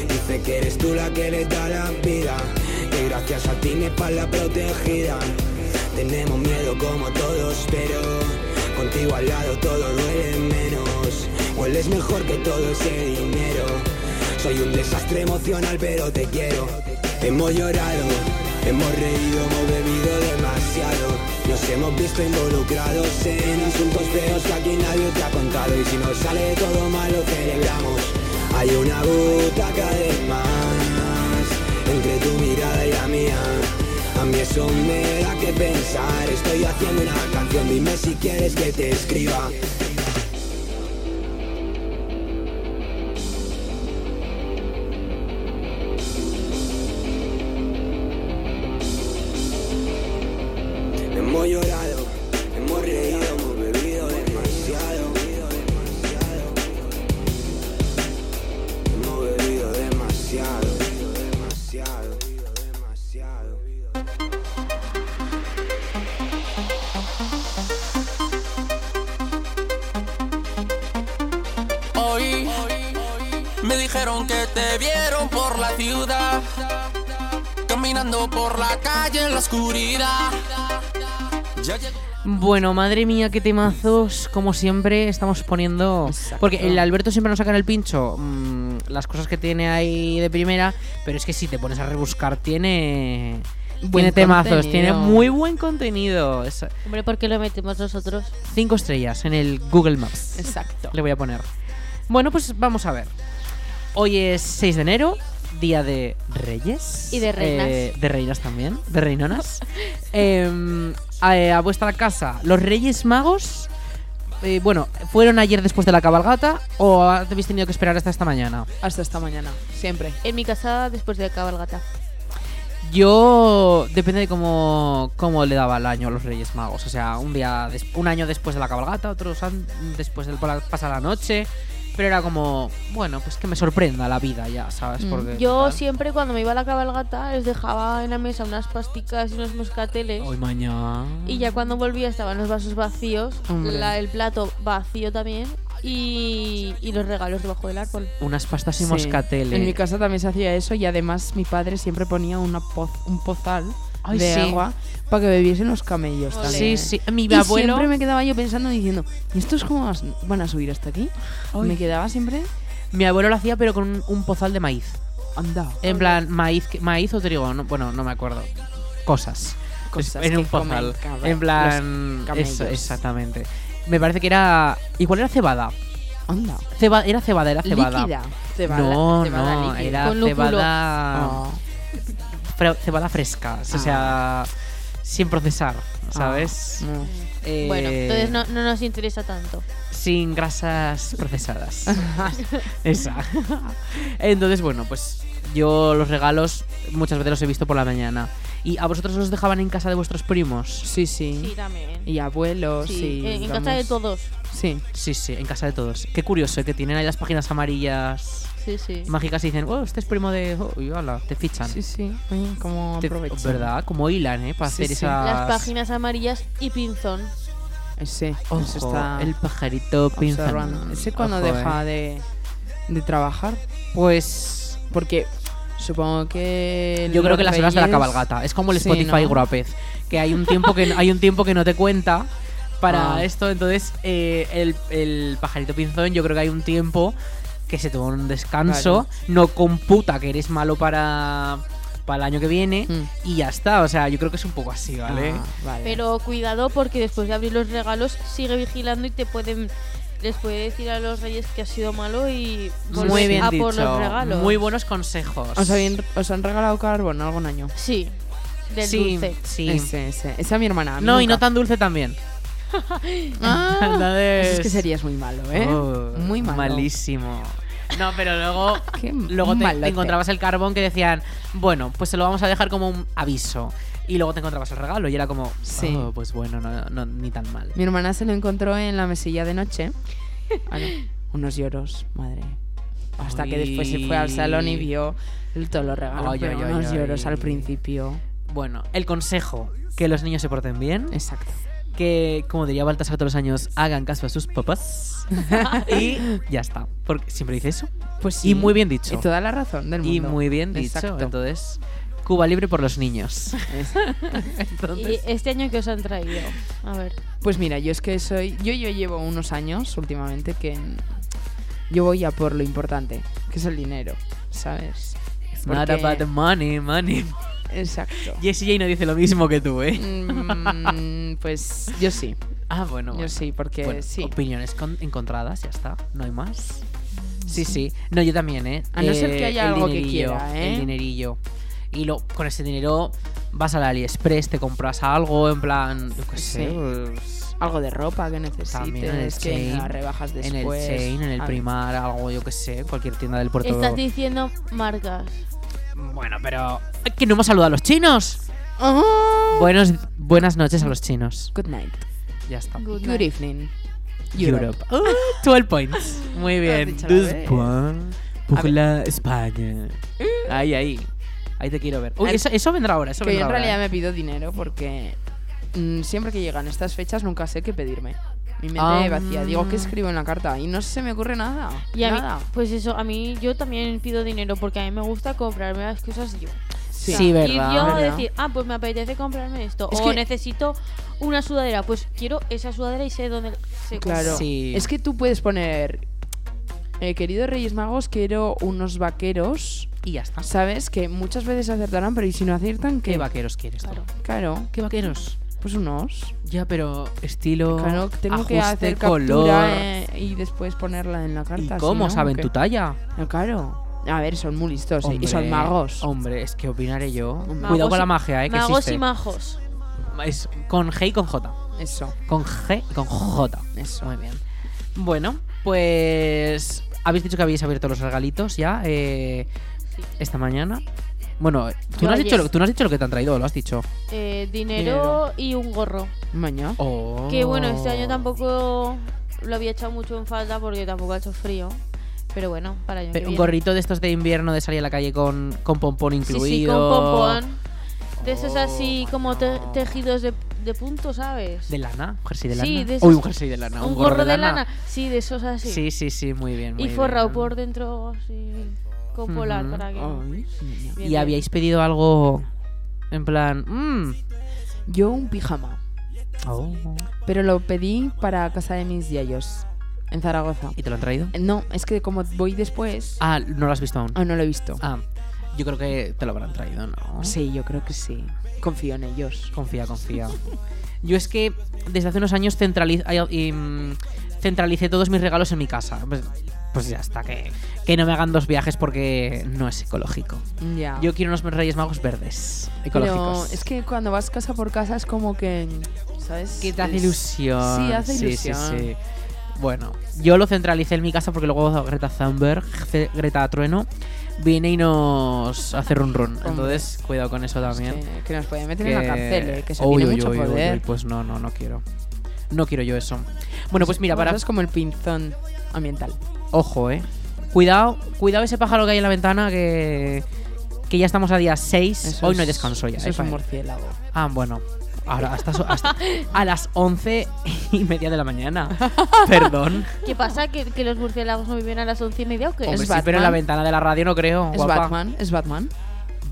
Dice que eres tú la que le da la vida Que gracias a ti mi espalda protegida Tenemos miedo como todos pero Contigo al lado todo duele menos Hueles mejor que todo ese dinero soy un desastre emocional, pero te quiero. Hemos llorado, Hemos reído, hemos bebido demasiado. Nos hemos visto involucrados en asuntos feos que aquí nadie te ha contado. Y si nos sale todo mal, lo celebramos. Hay una butaca de más entre tu mirada y la mía. A mí eso me da que pensar. Estoy haciendo una canción, dime si quieres que te escriba. Hemos llorado, hemos reído, hemos bebido demasiado. Hemos bebido demasiado, demasiado, demasiado.
Hoy me dijeron que te vieron por la ciudad, caminando por la calle en la oscuridad. Ya llegó-
Bueno, madre mía, qué temazos. Como siempre, estamos poniendo.
Exacto.
Porque el Alberto siempre nos saca en el pincho mm, las cosas que tiene ahí de primera. Pero es que si te pones a rebuscar, tiene. tiene
Buen
temazos, tiene
contenido.
muy buen contenido. Es-
Hombre, ¿por qué lo metemos nosotros?
cinco estrellas en el Google Maps.
Exacto.
Le voy a poner. Bueno, pues vamos a ver. Hoy es 6 de enero, día de reyes.
Y de reinas.
Eh, de reinas también, de reinonas. Em, a, eh, a vuestra casa, los reyes magos, eh, bueno, ¿fueron ayer después de la cabalgata o habéis tenido que esperar hasta esta mañana?
Hasta esta mañana, siempre.
En mi casa después de la cabalgata.
Yo depende de cómo, cómo le daba el año a los Reyes Magos. O sea, un día des- un año después de la cabalgata, otros an- después del por la- pasar la noche. Pero era como, bueno, pues que me sorprenda la vida ya, ¿sabes?
Mm.
Porque
Yo
total,
siempre cuando me iba a la cabalgata les dejaba en la mesa unas pasticas y unos moscateles.
Hoy mañana.
Y ya cuando volvía estaban los vasos vacíos,
Hombre.
la- el plato vacío también y, y los regalos debajo del árbol.
Unas pastas y
Sí.
moscatele.
En mi casa también se hacía eso y además mi padre siempre ponía una poz- un pozal
Ay,
de
sí.
agua para que bebiesen los camellos
Ole.
también.
Sí, sí. Mi
Y
abuelo.
siempre me quedaba yo pensando diciendo, ¿y estos cómo vas- van a subir hasta aquí? Me quedaba siempre,
Mi abuelo lo hacía, pero con un, un pozal de maíz.
anda,
En plan, maíz, que- maíz o trigo, no- bueno, no me acuerdo. Cosas.
cosas
en
que
un
comen
pozal.
cabra-
En plan,
los
eso,
camellos.
exactamente. Me parece que era. Igual era cebada.
Anda,
Ceba- era cebada, era cebada.
líquida.
no, no, era
Con lúpulo.
cebada.
Oh.
fre- cebada fresca. O sea, sin procesar, ¿sabes?
Ah, no.
Eh,
Bueno, entonces no, no nos interesa tanto.
Sin grasas procesadas. Esa. Entonces, bueno, pues yo los regalos muchas veces los he visto por la mañana. ¿Y a vosotros los dejaban en casa de vuestros primos?
Sí, sí.
Sí, también.
Y abuelos,
Sí,
sí.
en, en casa
vamos.
de todos.
Sí.
Sí, sí, en casa de todos. Qué curioso, ¿eh? que tienen ahí las páginas amarillas
Sí, sí.
mágicas y dicen, oh, este es primo de... oh, y hola, te fichan.
Sí, sí. Oye, cómo
Te-
aprovechan.
¿Verdad? Como hilan, ¿eh? Para
Sí,
hacer
sí.
esas...
Las páginas amarillas y pinzón.
Eh, Sí,
Ojo,
eso está
el pajarito
observando.
pinzando.
Ese cuando
Ojo,
deja
eh.
de, de trabajar,
Pues...
porque supongo que...
Yo creo
los
que las horas de la
reyes-
cabalgata. Es como el
Sí,
Spotify
¿no?
Grupez. Que hay un tiempo que hay un tiempo que no te cuenta para
Ah.
esto. Entonces, eh, el, el pajarito pinzón, yo creo que hay un tiempo que se toma un descanso. No computa que eres malo para, para el año que viene.
Mm.
Y ya está. O sea, yo creo que es un poco así, ¿vale?
Ah, vale.
Pero cuidado porque después de abrir los regalos sigue vigilando y te pueden... Les puede decir a los reyes que ha sido malo y
Muy
volver
bien
a
dicho.
por los regalos.
Muy buenos consejos.
¿Os, habían- os han regalado carbón algún año?
Sí, del
sí,
dulce.
sí.
Ese, ese. Ese a mi hermana. a mí
No, y no
nunca.
tan dulce también.
Ah,
Entonces-
es que serías muy malo, ¿eh?
Oh,
muy malo.
Malísimo. No, pero luego,
Qué
luego te, te
malote.
encontrabas el carbón que decían, bueno, pues se lo vamos a dejar como un aviso. Y luego te encontrabas el regalo y era como, sí.
Sí.
pues bueno, no, no- ni tan mal.
Mi hermana se lo encontró en la mesilla de noche. Ah, no. Unos lloros, madre. Hasta que después se fue al salón y vio el- todos los regalos.
Ay,
pero
ay, ay,
unos
ay.
lloros al principio.
Bueno, el consejo, que los niños se porten bien,
Exacto.
que, como diría Baltasar todos los años, hagan caso a sus papás. y ya está, porque siempre dice eso.
Pues
Y muy bien dicho.
Y toda la razón del mundo.
Y muy bien dicho,
Exacto.
entonces, Cuba libre por los niños.
Es-
¿Y este año que os han traído? A ver.
Pues mira, yo es que soy. Yo, yo llevo unos años últimamente que. Yo voy a por lo importante, que es el dinero, ¿sabes?
It's Not
Porque-
about the money, money.
Exacto.
Jessie J no dice lo mismo que tú, ¿eh?
Mm, pues yo sí.
Ah, bueno. bueno.
Yo sí, porque
Bueno,
sí.
Opiniones con- encontradas, ya está. No hay más. Sí, sí. No, yo también, ¿eh?
A no ser
Eh,
que haya
el
algo que
dinerillo,
quiera, ¿eh?
El dinerillo. Y lo, con ese dinero vas al AliExpress, te compras algo, en plan, yo qué sé.
Sí.
pues,
Algo de ropa que
También en
necesites,
el
que
chain,
la rebajas
en
después.
el Chain, en el
A ver,
Primar, algo, yo qué sé, cualquier tienda del puerto.
Estás diciendo marcas.
Bueno, pero... ¡Ay, ¡Que no hemos saludado a los chinos! Buenos, buenas noches a los chinos.
Good night.
Ya está.
Good
Good
night.
evening. Europe.
Europe. Uh, 12 points. Muy bien.
dicho la
12
vez. Mm.
points
A
por
ver.
la España. Ahí, ahí. Ahí te quiero ver. Uy,
Ay.
eso, eso vendrá ahora. Eso
Que yo
vendrá
en
ahora,
realidad
¿eh?
me pido dinero porque mm, siempre que llegan estas fechas nunca sé qué pedirme. Mi mente
Ah.
vacía. Digo, ¿qué escribo en la carta? Y no se me ocurre nada.
Y a
nada.
mí, pues eso, a mí yo también pido dinero porque a mí me gusta comprarme las cosas yo.
Sí,
O sea,
verdad.
Y yo
verdad.
decir, ah, pues me apetece comprarme esto.
Es
o
que-
necesito una sudadera. Pues quiero esa sudadera y sé dónde se compra.
Claro.
Sí.
Es que tú puedes poner. eh, queridos Reyes Magos, quiero unos vaqueros.
Y ya está.
Sabes que muchas veces acertarán, pero ¿y si no aciertan, qué?
Ah. ¿Qué vaqueros quieres? tú?
Claro.
Claro,
¿Qué vaqueros?
pues unos.
Ya, pero estilo.
Claro, tengo que
Oh, ajuste,
hacer
color.
captura eh, y después ponerla en la carta.
¿Y
si
cómo
no,
saben
¿qué?
tu talla?
Eh, Claro. A ver, son muy listos eh,
Hombre, Oh.
y son magos.
Hombre, es que opinaré yo.
Magos
Cuidado con la
y-
magia, ¿eh? Que
Magos
existe.
y majos.
Es con G y con J.
Eso,
Con G y con J.
eso.
Muy bien. Bueno, pues habéis dicho que habéis abierto los regalitos ya eh,
Sí.
esta mañana. Bueno, eh, tú
Yo
no, has
ayer.
dicho, lo- tú no has dicho lo que te han traído, lo has dicho.
Eh, dinero, y un gorro.
Mañana.
Oh.
Que bueno, este año tampoco lo había echado mucho en falta porque tampoco ha hecho frío. Pero bueno, para el año
Pe-
que
Eh, Un
viene.
gorrito de estos de invierno de salir a la calle con, con pompón
Sí,
incluido.
sí, con pompón. De esos
Oh,
así como te-
bueno.
tejidos de, de punto, ¿sabes?
De lana, un jersey de lana.
Sí, de esos-
Uy, un jersey de lana.
un gorro, de lana. Sí, de esos así.
Sí, sí, sí, muy bien. muy
y
bien.
forrado por dentro así con polar
Ujú. Oh,
para que
Ay, niña.
Bien,
Y
bien.
habíais pedido algo en plan... mm,
Yo un pijama,
oh,
pero lo pedí para casa de mis yayos en Zaragoza.
¿Y te lo han traído?
No, es que como voy después,
Ah, no lo has visto aún.
aún no lo he visto. Oh.
Ah, yo creo que te lo habrán traído, ¿no?
Sí, yo creo que sí. Confío en ellos.
Confía, confía. Yo es que desde hace unos años centraliz- ay, y, mm, centralicé todos mis regalos en mi casa. Pues, pues ya está, que, que no me hagan dos viajes porque no es ecológico.
Ya.
Yo quiero unos Reyes Magos verdes,
pero
Mm, ecológicos.
es que cuando vas casa por casa es como que, ¿sabes?
que te hace
Es-
ilusión.
Sí, hace
Sí,
ilusión.
sí. Bueno, yo lo centralicé en mi casa porque luego Greta Thunberg, Gre- Greta Trueno, viene y nos hace run run.
Hombre.
Entonces, cuidado con eso
es
también.
que, que nos pueden meter en la cárcel, eh, que se
Uy,
tiene
uy,
mucho
uy, uy,
poder.
uy, pues no, no, no quiero. No quiero yo eso. Bueno, pues mira,
Bueno,
para.
eso es como el pinzón ambiental.
Ojo, eh. Cuidado, cuidado ese pájaro que hay en la ventana que. Que ya estamos a día 6.
Eso
Hoy no
es-
descanso ya.
Eso
eh,
es un
para él.
murciélago.
Ah, bueno. Ahora, hasta, so- hasta- a las 11 y media de la mañana. Perdón.
¿Qué pasa? ¿Que, que los murciélagos no viven a las once y media o qué?
Hombre,
Es
sí, pero en
Batman.
la ventana de la radio no creo.
Es
guapa.
Batman, es Batman.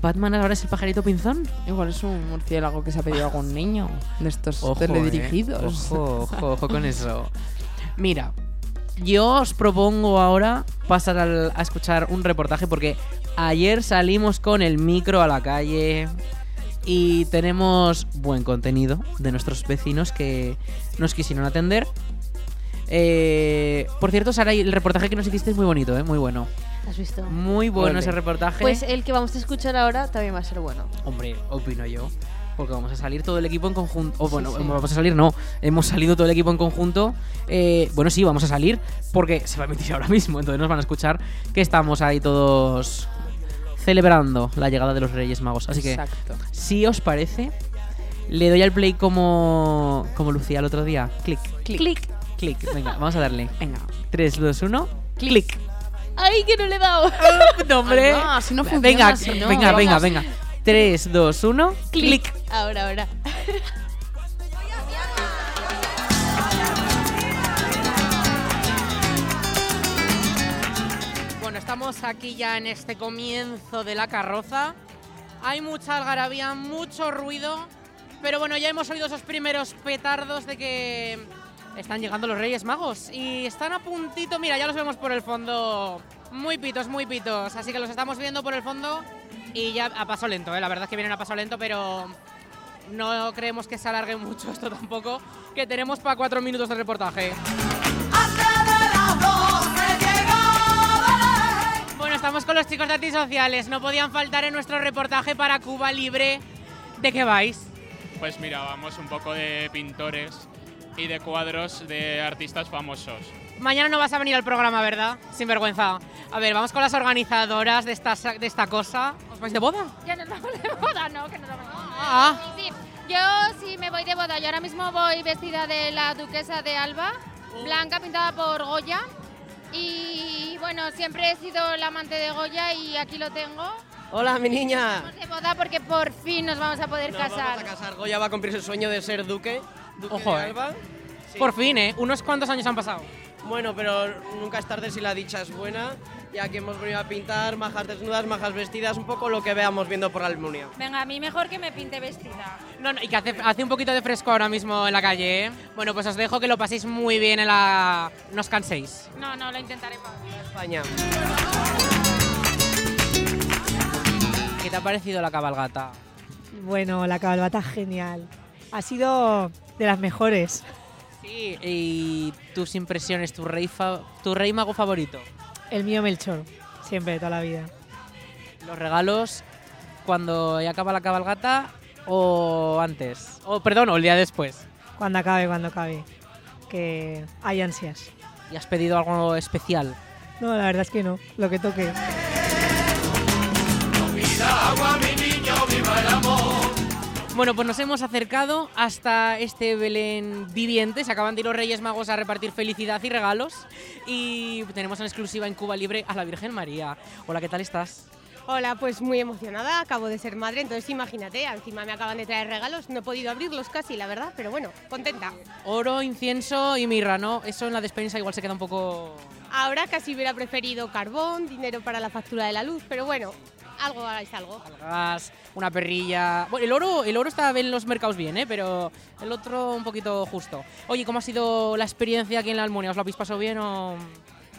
¿Batman ahora es el pajarito pinzón?
Igual es un murciélago que se ha pedido algún niño de estos
Ojo,
teledirigidos.
eh. Ojo, ojo, ojo con eso. Mira, yo os propongo ahora pasar al- a escuchar un reportaje porque ayer salimos con el micro a la calle y tenemos buen contenido de nuestros vecinos que nos quisieron atender. Eh, por cierto, Sara, el reportaje que nos hiciste es muy bonito, ¿eh? muy bueno.
¿Has visto?
Muy bueno
Ole.
ese reportaje.
Pues el que vamos a escuchar ahora también va a ser bueno.
Hombre, opino yo. Porque vamos a salir todo el equipo en conjunto. O bueno,
sí.
vamos a salir, no. Hemos salido todo el equipo en conjunto. Eh, bueno, sí, vamos a salir porque se va a emitir ahora mismo. Entonces nos van a escuchar que estamos ahí todos celebrando la llegada de los Reyes Magos. Así que,
Exacto.
si os parece, le doy al play como, como Lucía el otro día. Clic, clic, clic, clic. Venga, vamos a darle.
Venga.
3, 2, 1. Clic.
¡Ay, que no le he dado!
No, hombre.
Ay, no, así no funciona,
venga,
así no.
venga, venga, venga. 3, 2, 1. Clic.
Ahora, ahora.
Bueno, estamos aquí ya en este comienzo de la carroza. Hay mucha algarabía, mucho ruido, pero bueno, ya hemos oído esos primeros petardos de que están llegando los Reyes Magos y están a puntito, mira, ya los vemos por el fondo Muy pitos, muy pitos. Así que los estamos viendo por el fondo y ya a paso lento, ¿eh? La verdad es que vienen a paso lento, pero no creemos que se alargue mucho esto tampoco, que tenemos para cuatro minutos de reportaje. Bueno, estamos con los chicos de Antisociales. No podían faltar en nuestro reportaje para Cuba Libre. ¿De qué vais?
Pues mira, vamos un poco de pintores y de cuadros de artistas famosos.
Mañana no vas a venir al programa, ¿verdad? Sin vergüenza. A ver, vamos con las organizadoras de esta, sa- de esta cosa. ¿Os vais de boda?
Ya nos vamos de boda, no, que nos vamos de boda.
Ah.
Sí, sí. Yo sí me voy de boda. Yo ahora mismo voy vestida de la duquesa de Alba, blanca pintada por Goya. Y bueno, siempre he sido la amante de Goya y aquí lo tengo.
Hola, mi niña.
Vamos de boda porque por fin nos vamos a poder
Nos
casar.
vamos a casar. Goya va a cumplir su sueño de ser duque. duque
Ojo,
de
eh.
Alba. Sí.
Por fin, ¿eh? ¿Unos cuantos años han pasado?
Bueno, pero nunca es tarde si la dicha es buena, ya que hemos venido a pintar majas desnudas, majas vestidas, un poco lo que veamos viendo por la Almunia.
Venga, a mí mejor que me pinte vestida.
No, no, y que hace, hace un poquito de fresco ahora mismo en la calle, ¿eh? Bueno, pues os dejo que lo paséis muy bien en la... No os canséis.
No, no, lo intentaré para
España.
¿Qué te ha parecido la cabalgata?
Bueno, la cabalgata genial. Ha sido de las mejores.
Sí. ¿Y tus impresiones, tu rey, fa- tu rey mago favorito?
El mío Melchor, siempre, toda la vida.
¿Los regalos cuando ya acaba la cabalgata o antes? O, perdón, o el día después.
Cuando acabe, cuando acabe. Que hay ansias.
¿Y has pedido algo especial?
No, la verdad es que no. Lo que toque.
agua, mi niño, viva el amor.
Bueno, pues nos hemos acercado hasta este Belén viviente. Se acaban de ir los Reyes Magos a repartir felicidad y regalos. Y tenemos en exclusiva en Cuba Libre a la Virgen María. Hola, ¿qué tal estás?
Hola, pues muy emocionada, acabo de ser madre, entonces imagínate, encima me acaban de traer regalos, no he podido abrirlos casi, la verdad, pero bueno, contenta.
Oro, incienso y mirra, ¿no? Eso en la despensa igual se queda un poco...
Ahora casi hubiera preferido carbón, dinero para la factura de la luz, pero bueno, algo hagáis algo.
gas, una perrilla. Bueno, el oro, el oro está en los mercados bien, ¿eh? pero el otro un poquito justo. Oye, ¿cómo ha sido la experiencia aquí en la Almunia? ¿Os lo habéis pasado bien o.?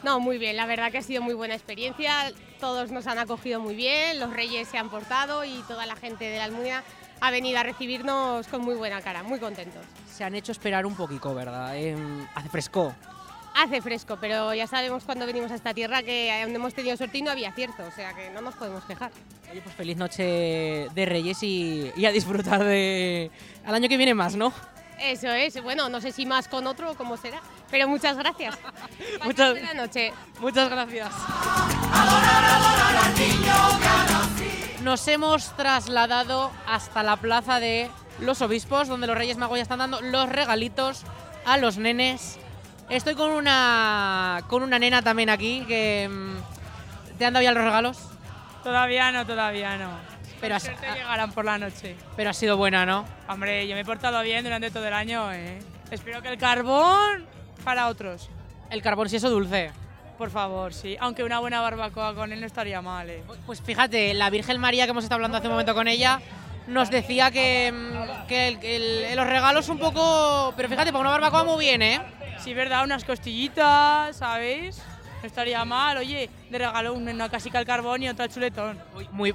No, muy bien, la verdad que ha sido muy buena experiencia, todos nos han acogido muy bien, los reyes se han portado y toda la gente de la Almunia ha venido a recibirnos con muy buena cara, muy contentos.
Se han hecho esperar un poquito, ¿verdad? Em, hace fresco.
Hace fresco, pero ya sabemos cuando venimos a esta tierra que donde hemos tenido suerte y no había cierto, o sea que no nos podemos quejar.
Oye, pues feliz noche de Reyes y, y a disfrutar de. al año que viene más, ¿no?
Eso es, bueno, no sé si más con otro o cómo será, pero muchas gracias.
Muchas-
Buena noche.
Muchas gracias. Nos hemos trasladado hasta la plaza de los obispos, donde los Reyes Magos ya están dando los regalitos a los nenes. Estoy con una con una nena también aquí que mm, te han dado ya los regalos,
Todavía no, todavía no.
Pero
Por
has-
suerte
ah.
llegarán por la noche.
pero ha sido buena, ¿no?
Hombre, yo me he portado bien durante todo el año, ¿eh? Espero que el carbón para otros.
El carbón si eso dulce.
Por favor, sí. Aunque una buena barbacoa con él no estaría mal, ¿eh?
Pues fíjate, la Virgen María que hemos estado hablando hace un momento con ella nos decía que, mm, que el- el- los regalos un poco, pero fíjate, para una barbacoa muy bien, ¿eh?
Sí, verdad, unas costillitas, ¿sabéis? No estaría mal, oye, de regalo una casica al carbón y otra al chuletón.
Muy,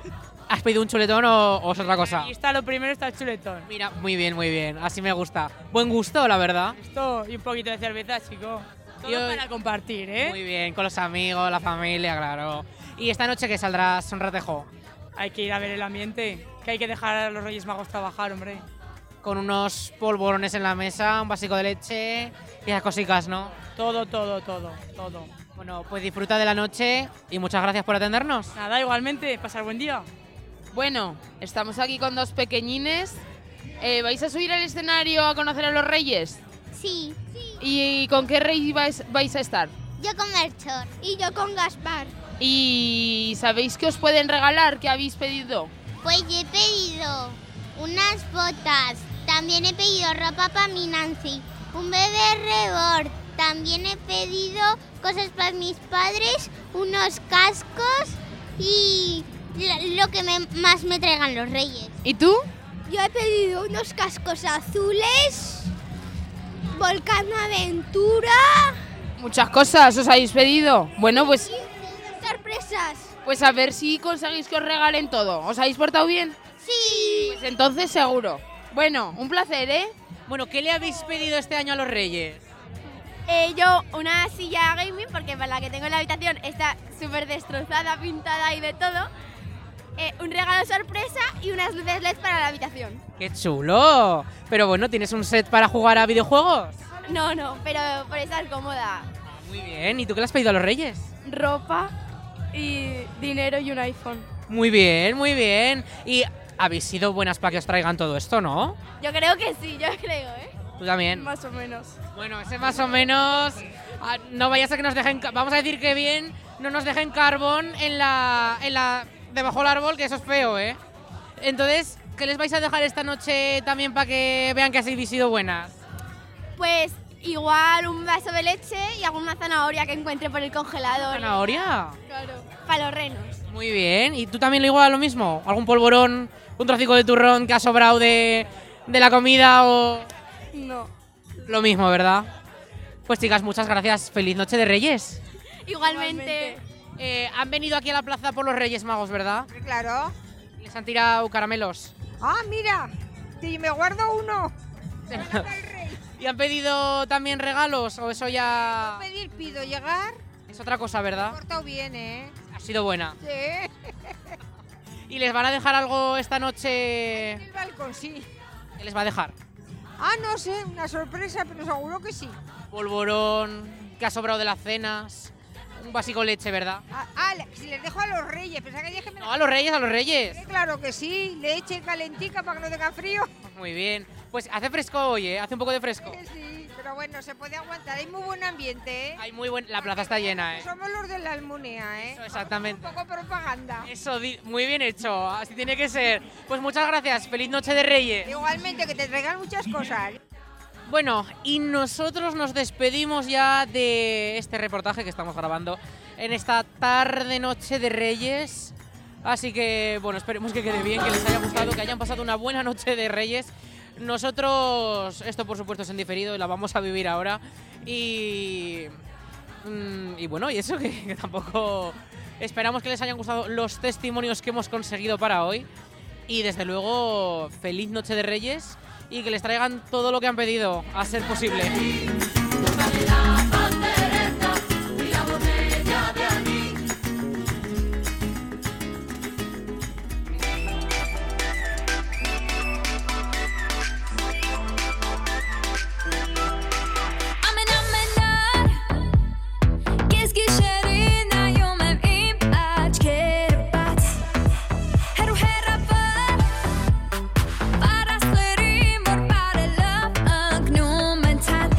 ¿Has pedido un chuletón o, o es otra cosa?
Y está lo primero, está el chuletón.
Mira, muy bien, muy bien. Así me gusta. Buen gusto, la verdad.
Esto y un poquito de cerveza, chico. Todo
Yo-
para compartir, ¿eh?
Muy bien, con los amigos, la familia, claro. ¿Y esta noche que saldrá Sonratejo?
Hay que ir a ver el ambiente, que hay que dejar a los Reyes Magos trabajar, hombre.
Con unos polvorones en la mesa, un básico de leche y esas cositas, ¿no?
Todo, todo, todo, todo.
Bueno, Pues disfruta de la noche y muchas gracias por atendernos.
Nada, igualmente, pasar buen día.
Bueno, estamos aquí con dos pequeñines. Eh, ¿Vais a subir al escenario a conocer a los reyes?
Sí.
¿Y con qué rey vais, vais a estar?
Yo con Melchor y yo con Gaspar.
¿Y sabéis qué os pueden regalar? ¿Qué habéis pedido?
Pues yo he pedido unas botas, también he pedido ropa para mi Nancy, un bebé rebord, también he pedido cosas para mis padres, unos cascos y lo- lo que me- más me traigan los reyes.
¿Y tú?
Yo he pedido unos cascos azules, volcán aventura.
Muchas cosas os habéis pedido. Bueno, pues
Muchas
Pues a ver si conseguís que os regalen todo. ¿Os habéis portado bien?
Sí.
Pues entonces seguro. Bueno, un placer, ¿eh?
Bueno, ¿qué le habéis pedido este año a los Reyes?
Eh, yo una silla gaming, porque para la que tengo en la habitación está súper destrozada, pintada y de todo. Eh, un regalo sorpresa y unas luces LED para la habitación.
¡Qué chulo! Pero bueno, ¿tienes un set para jugar a videojuegos?
No, no, pero por estar cómoda.
Muy bien, ¿y tú qué le has pedido a los Reyes?
Ropa y dinero y un iPhone.
Muy bien, muy bien. Y habéis sido buenas para que os traigan todo esto, ¿no?
Yo creo que sí, yo creo, ¿eh?
Tú también.
Más o menos.
Bueno, ese más o menos. ah, No vayas a que nos dejen. ca- Vamos a decir que bien, no nos dejen carbón en la, en la. debajo del árbol, que eso es feo, ¿eh? Entonces, ¿qué les vais a dejar esta noche también para que vean que habéis sido buenas?
Pues igual un vaso de leche y alguna zanahoria que encuentre por el congelador.
¿Zanahoria?
Claro. Para los renos.
Muy bien. ¿Y tú también le igual lo mismo? ¿Algún polvorón? ¿Un trocico de turrón que ha sobrado de, de la comida o.?
No.
Lo mismo, ¿verdad? Pues chicas, muchas gracias. Feliz noche de Reyes.
Igualmente.
Eh, han venido aquí a la plaza por los Reyes Magos, ¿verdad?
Claro.
Les han tirado caramelos.
Ah, mira, si me guardo uno.
¿Y han pedido también regalos o eso ya
Pedir pido llegar.
es otra cosa, verdad?
Portado bien, ¿eh?
Ha sido buena.
Sí.
¿Y les van a dejar algo esta noche?
El balcón, sí.
¿Qué les va a dejar?
Ah, no sé, una sorpresa, pero seguro que sí.
Polvorón, que ha sobrado de las cenas, un vasico de leche, ¿verdad?
Ah, ah, le- si les dejo a los reyes, pensaba que dije que me
No, a los reyes, a los reyes.
Sí, claro que sí, leche calentica para que no tenga frío.
Muy bien. Pues hace fresco hoy, ¿eh? Hace un poco de fresco.
Sí, pero bueno, se puede aguantar, hay muy buen ambiente, ¿eh?
Hay muy buen... La plaza está llena, ¿eh?
Somos los de la Almunia, ¿eh?
Exactamente.
Un poco propaganda.
Eso, di- muy bien hecho. Así tiene que ser. Pues muchas gracias. Feliz noche de reyes.
Igualmente, que te traigan muchas cosas.
Bueno, y nosotros nos despedimos ya de este reportaje que estamos grabando en esta tarde noche de Reyes. Así que, bueno, esperemos que quede bien, que les haya gustado, que hayan pasado una buena noche de Reyes. Nosotros, esto por supuesto es en diferido, y la vamos a vivir ahora. Y. mm, Y bueno, y eso que, que tampoco. Esperamos que les hayan gustado los testimonios que hemos conseguido para hoy. Y desde luego, feliz noche de Reyes y que les traigan todo lo que han pedido, a ser posible.
Киски шеринају мем им ачкербат Херу херабар Параслери мор парелав агнументат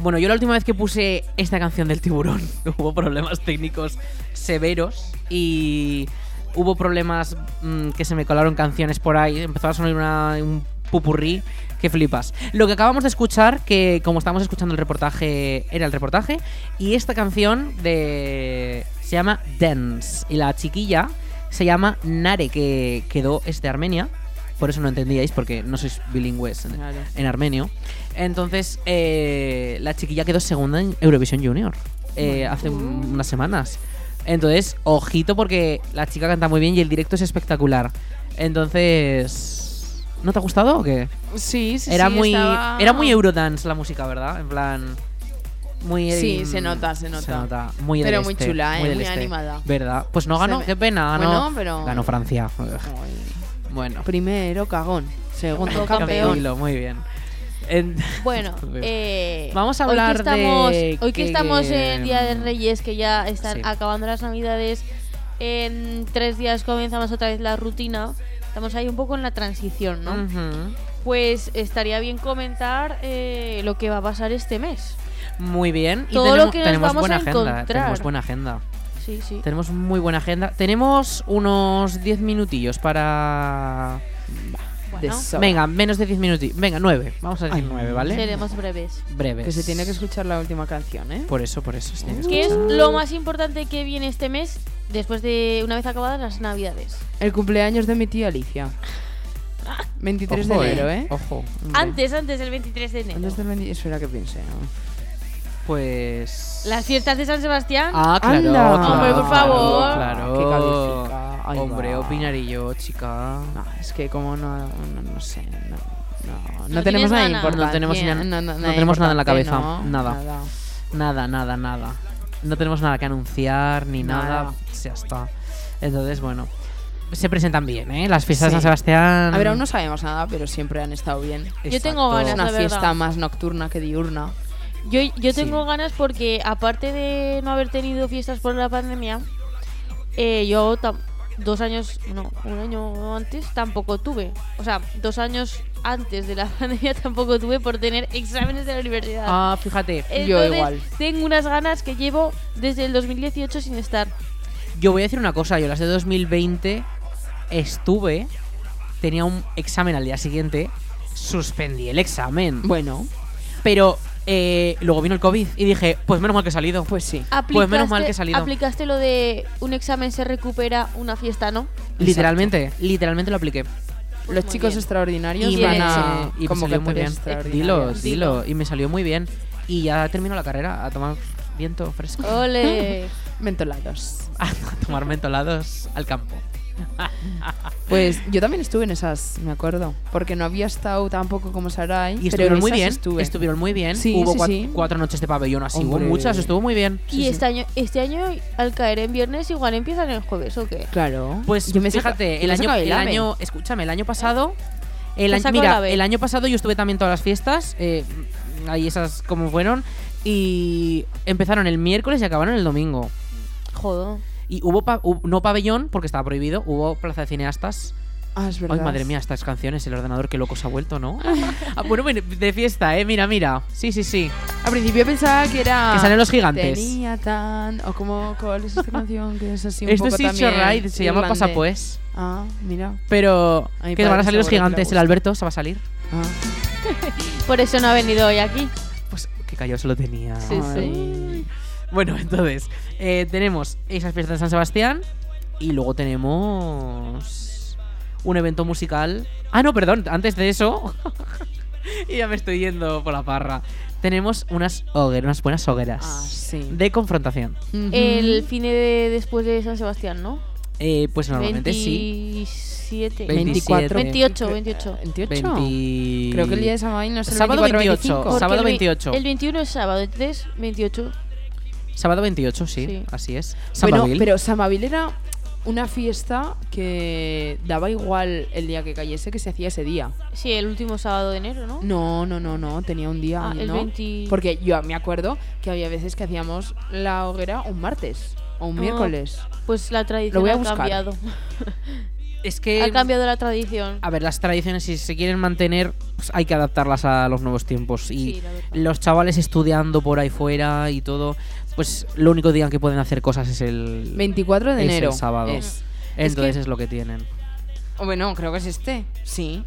Bueno, yo la última vez que puse esta canción del tiburón hubo problemas técnicos severos y hubo problemas mm, que se me colaron canciones por ahí. Empezaba a sonar una- un pupurrí que flipas. Lo que acabamos de escuchar, que como estábamos escuchando el reportaje, era el reportaje, y esta canción de se llama Dance y la chiquilla se llama Nare, que quedó es de Armenia. Por eso no entendíais, porque no sois bilingües en,
Claro.
en armenio. Entonces, eh, la chiquilla quedó segunda en Eurovisión Junior eh, hace
Uh.
un- unas semanas. Entonces, ojito, porque la chica canta muy bien y el directo es espectacular. Entonces, ¿no te ha gustado o qué?
Sí, sí,
era
sí,
muy,
estaba-
Era muy Eurodance la música, ¿verdad? En plan. Muy.
Sí,
mm,
se nota, se nota.
Muy del
Pero muy
este,
chula, ¿eh?
del
Muy
este.
animada.
¿Verdad? Pues no
Se
ganó,
ve-
qué pena. ganó-
Bueno, pero-
Ganó Francia. Bueno.
Primero cagón, segundo campeón.
Campeón. Muy bien. En-
Bueno, eh,
Vamos a
hoy que
hablar
estamos-
de
Hoy que
que-
estamos en Día de Reyes, que ya están
Sí.
acabando las Navidades, en tres días comenzamos otra vez la rutina. Estamos ahí un poco en la transición, ¿no?
Ujú.
Pues estaría bien comentar eh, lo que va a pasar este mes.
Muy bien. Y
Todo lo
tenemos,
que nos
tenemos
vamos
buena
a
agenda.
encontrar.
Tenemos buena agenda.
Sí, sí.
Tenemos muy buena agenda. Tenemos unos 10 minutillos para.
Bueno.
sobra.
Venga, menos de 10 minutillos. Venga, 9. Vamos a decir 9, ¿vale?
Seremos breves.
Breves.
Que se tiene que escuchar la última canción, ¿eh?
Por eso, por eso. se tiene que
¿Qué es
escuchar.
lo más importante que viene este mes después de una vez acabadas las Navidades?
Pues-
El cumpleaños de mi tía Alicia. 23
Ojo,
de
eh.
enero, ¿eh?
Ojo.
Antes, antes del 23 de enero.
Antes del 20 Espera que piense. ¿no?
Pues.
Las fiestas de San Sebastián.
Ah, claro.
Anda.
claro,
Hombre, por favor.
Claro.
Qué califica. Ahí
Hombre,
va.
opinaré yo, chica.
No, es que como no, no, no sé. No, no, no
No
tenemos
tienes
nada
ganas.
importante.
No tenemos na-
na- na-
no tenemos nada en la
importante,
cabeza,
¿no?
nada. Nada, nada, nada. No tenemos nada que anunciar ni nada. Pues
Nada.
Ya está. Entonces, bueno. Se presentan bien, ¿eh? Las fiestas de San
Sí.
Sebastián.
A ver, aún no sabemos nada, pero siempre han estado bien.
Yo tengo Exacto. ganas,
Es una
la verdad.
fiesta más nocturna que diurna.
Yo, yo tengo ganas porque, aparte de no haber tenido fiestas por la pandemia, eh, yo tam- dos años, no, un año antes tampoco tuve. O sea, dos años antes de la pandemia tampoco tuve por tener exámenes de la universidad.
Ah, fíjate.
Entonces, Tengo unas ganas que llevo desde el 2018 sin estar.
Yo voy a decir una cosa, yo las de 2020 estuve, tenía un examen al día siguiente, suspendí el examen.
Bueno.
Pero eh, luego vino el COVID y dije, pues menos mal que he salido.
Pues sí.
Pues menos mal que he salido.
Aplicaste lo de un examen se recupera, una fiesta no. Pues
Literalmente, literalmente lo apliqué.
Los chicos extraordinarios
Pues Y
van
me,
a
y me salió muy bien.
convocatorias
Dilo,
extraordinarias.
dilo. Y me salió muy bien. Y ya termino la carrera a tomar viento fresco.
Oh.
Ole.
Mentolados.
a tomar mentolados al campo.
Pues yo también estuve en esas, me acuerdo. Porque no había estado tampoco como Sarai.
Y
pero
estuvieron
en
muy
esas
bien.
estuve.
Estuvieron muy bien.
Sí,
Hubo
sí,
cua-
sí.
cuatro noches de pabellón así. Hubo
Hombre.
muchas, estuvo muy bien.
y este año, este año, al caer en viernes, igual empiezan el jueves o qué.
Claro.
Pues
Yo me saca-
fíjate,
yo
el
me
año,
sacaba el
el
AVE.
año, escúchame, el año pasado, el
Te
año,
saco el
mira,
AVE.
el año pasado yo estuve también todas las fiestas, eh, ahí esas como fueron y empezaron el miércoles y acabaron el domingo.
Jodo.
Y hubo, pa- hu- no pabellón porque estaba prohibido, hubo plaza de cineastas.
Ah, es verdad.
Ay, madre mía, estas canciones, el ordenador que loco se ha vuelto, ¿no? Ah, bueno, bueno, de fiesta, eh, mira, mira. Sí, sí, sí.
Al principio pensaba que era.
Que salen los gigantes.
Ah, Tenía tan. O como. ¿Cuál es esta canción? Que es así un
Esto
poco
es It's
también
Alright, se llama
irlandés.
Pasapués.
Ah, mira.
Pero
A mi
que
padre
van a salir los
seguro que le
gigantes, el
gusta.
Alberto se va a salir.
Ah,
Por eso no ha venido hoy aquí.
Que callado se pues, lo tenía.
Sí, sí.
Bueno, entonces, eh, tenemos esas fiestas de San Sebastián y luego tenemos un evento musical. Ah, no, perdón, antes de eso. y ya me estoy yendo por la parra. Tenemos unas hogueras, unas buenas hogueras.
Ah, sí.
De confrontación.
El fin de después de San Sebastián, ¿no?
Eh, pues normalmente sí.
27.
24.
28, 28.
28.
20.
Creo que el día de San Valentín no es el
Sábado
24,
28.
25.
Sábado
Porque el vi-
28.
El 21 es sábado, entonces 28.
Sábado 28, sí,
Sí.
así es. San
Bueno,
Babil.
pero Samabil era una fiesta que daba igual el día que cayese que se hacía ese día.
Sí, el último sábado de enero, ¿no?
No, no, no, no, tenía un día.
Ah, el
¿no?
20.
Porque yo me acuerdo que había veces que hacíamos la hoguera un martes o un
Ah,
miércoles.
Pues la tradición
Lo voy a
ha
buscar.
cambiado.
Es que.
Ha cambiado la tradición.
A ver, las tradiciones, si se quieren mantener, pues hay que adaptarlas a los nuevos tiempos. Y
Sí, la verdad.
los chavales estudiando por ahí fuera y todo, pues lo único día que pueden hacer cosas es el.
24 de
es el
enero
sábado.
es.
Entonces
Es
es,
que-
lo que tienen.
O bueno, creo que es este. Sí.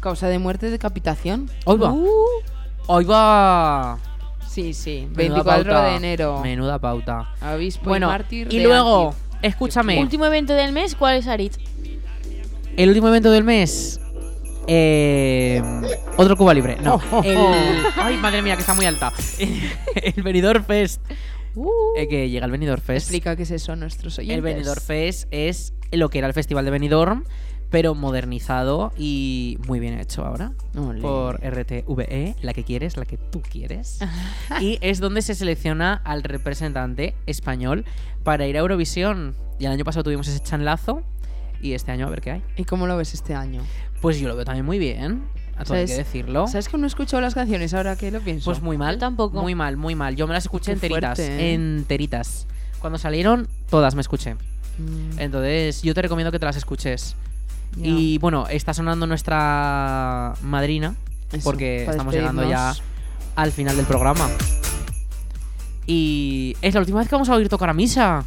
Causa de muerte, decapitación.
Hoy va.
Uh.
Hoy va.
Sí, sí.
Menuda
24
pauta.
de enero.
Menuda pauta.
Obispo
bueno,
y mártir.
y
de
luego,
Antioquía.
escúchame.
Último evento del mes, ¿cuál es Arit?
El último evento del mes. eh, otro Cuba Libre. No.
Oh,
El- ay, madre mía, que está muy alta. el Benidorm Fest. Eh, que llega el Benidorm Fest.
Uh. Explica qué es eso a nuestros oyentes.
El Benidorm Fest es lo que era el Festival de Benidorm, pero modernizado y muy bien hecho ahora.
Ole.
Por RTVE, E, la que quieres, la que tú quieres. y es donde se selecciona al representante español para ir a Eurovisión. Y el año pasado tuvimos ese chanlazo y este año a ver qué hay.
¿Y cómo lo ves este año?
Pues yo lo veo también muy bien. A todo hay que
¿Sabes-
decirlo.
¿Sabes que no he escuchado las canciones ahora que lo pienso?
Oh. Pues muy mal.
tampoco.
Muy mal, muy mal. Yo me las escuché
Qué
enteritas.
fuerte, ¿eh?
Enteritas. Cuando salieron, todas me escuché. Entonces, yo te recomiendo que te las escuches.
Mm, Ya.
Y bueno, está sonando nuestra madrina.
Eso,
porque
para
estamos llegando ya
despedirnos.
al final del programa. Y es la última vez que vamos a oír tocar a misa.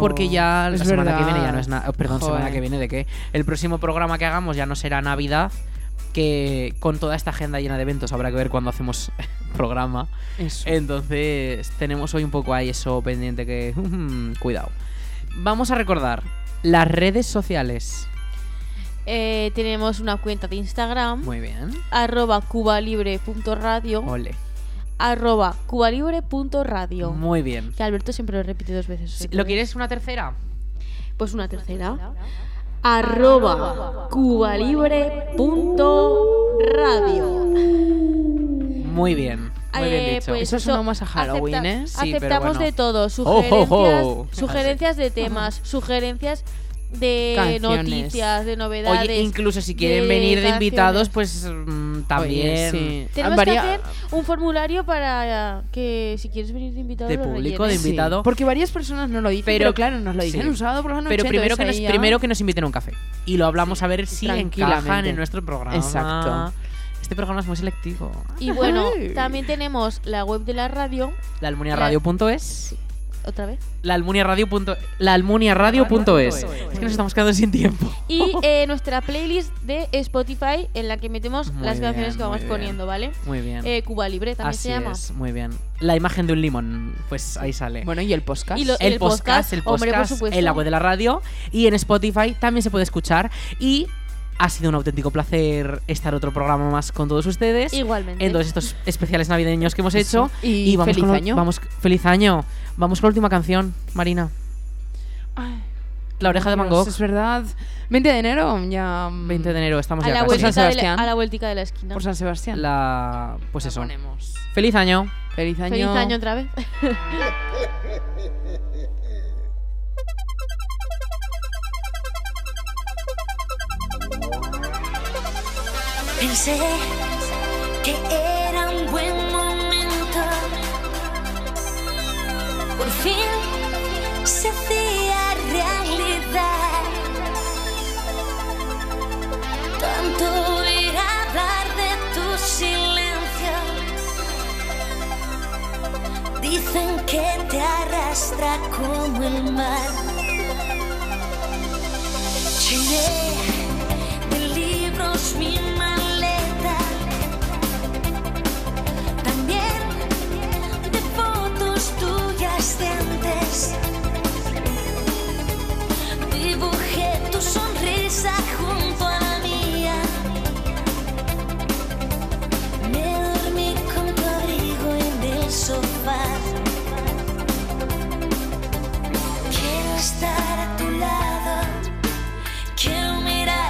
Porque ya la
Oh. es
semana que
verdad.
viene ya no es nada. Perdón, semana
Joder.
que viene de qué. El próximo programa que hagamos ya no será Navidad. Que con toda esta agenda llena de eventos habrá que ver cuándo hacemos programa.
Eso.
Entonces, tenemos hoy un poco ahí eso pendiente que. Cuidado. Vamos a recordar las redes sociales.
Eh, tenemos una cuenta de Instagram.
Muy bien.
Arroba cubalibre.radio.
Ole.
Arroba cubalibre.radio.
Muy bien.
Que Alberto siempre lo repite dos veces. ¿eh?
¿Lo quieres una tercera?
Pues una tercera. Arroba cubalibre.radio.
Muy bien. Muy
Eh,
bien dicho.
Eso suena más a Halloween, ¿eh?
Sí, pero
pues aceptamos
bueno.
de
Ho, ho,
todo. Sugerencias,
ho.
sugerencias de temas, sugerencias de
Canciones.
noticias, de novedades.
Oye, incluso si quieren
de
venir de
canciones.
invitados, pues mm, también.
sí.
Tenemos que hacer un formulario para que si quieres venir de invitado
De
lo
público,
rellenes.
de invitado.
Porque varias personas no lo dicen, pero, claro, nos lo dicen
sí.
un sábado por la noche.
Pero primero
entonces
que, nos,
ahí ya-
primero que nos inviten a un café. Y lo hablamos a ver si encajan
Tranquilamente.
en nuestro programa.
Exacto.
Este programa es muy selectivo.
Y bueno,
Ay.
también tenemos la web de la radio.
Laalmuniaradio.es.
Otra vez.
Laalmuniaradio.es. Laalmuniaradio.es. Es que nos estamos quedando sin tiempo.
Y eh, nuestra playlist de Spotify en la que metemos
Muy
las
bien,
canciones que vamos
muy bien.
poniendo, ¿vale?
Muy bien.
Eh, Cuba Libre también
Así
se llama.
es, muy bien. La imagen de un limón, pues ahí sale.
Bueno, y el podcast.
Y lo-
el,
el
podcast,
podcast,
el
hombre, por
podcast,
supuesto.
en la web de la radio y en Spotify también se puede escuchar. Y ha sido un auténtico placer estar otro programa más con todos ustedes.
Igualmente.
En todos estos especiales navideños que hemos
Eso.
hecho.
Y
vamos
feliz
con la-
año.
Vamos, feliz año. Vamos con la última canción, Marina. La oreja de
Dios,
Van Gogh.
Es verdad. 20 de enero, ya. mm,
20 de enero, estamos
A
ya
la,
casi.
vueltica de la, a la vueltica de la esquina.
Por San Sebastián.
La- Pues eso. Feliz año.
Feliz año.
Feliz año otra vez.
Pensé que era un buen momento. Por fin se hacía realidad. Tanto oír hablar de tu silencio. Dicen que te arrastra como el mar. Llené de libros mi maleta, también de fotos tuyas de antes. Dibujé tu sonrisa junto a la mía. Me dormí con tu abrigo en el sofá. Quiero estar a tu lado. Quiero mirar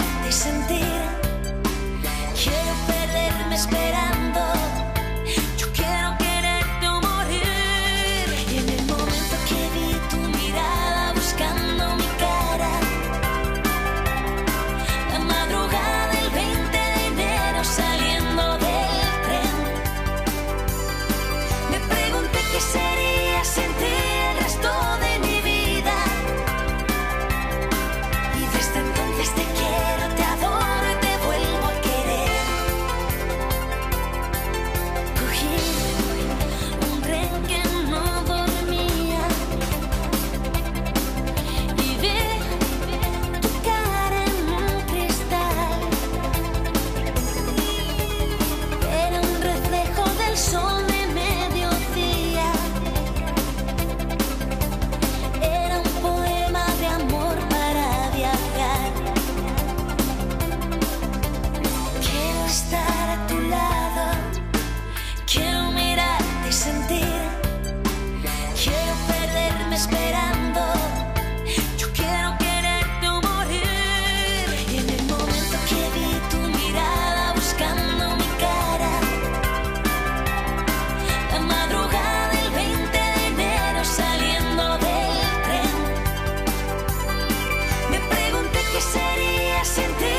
siente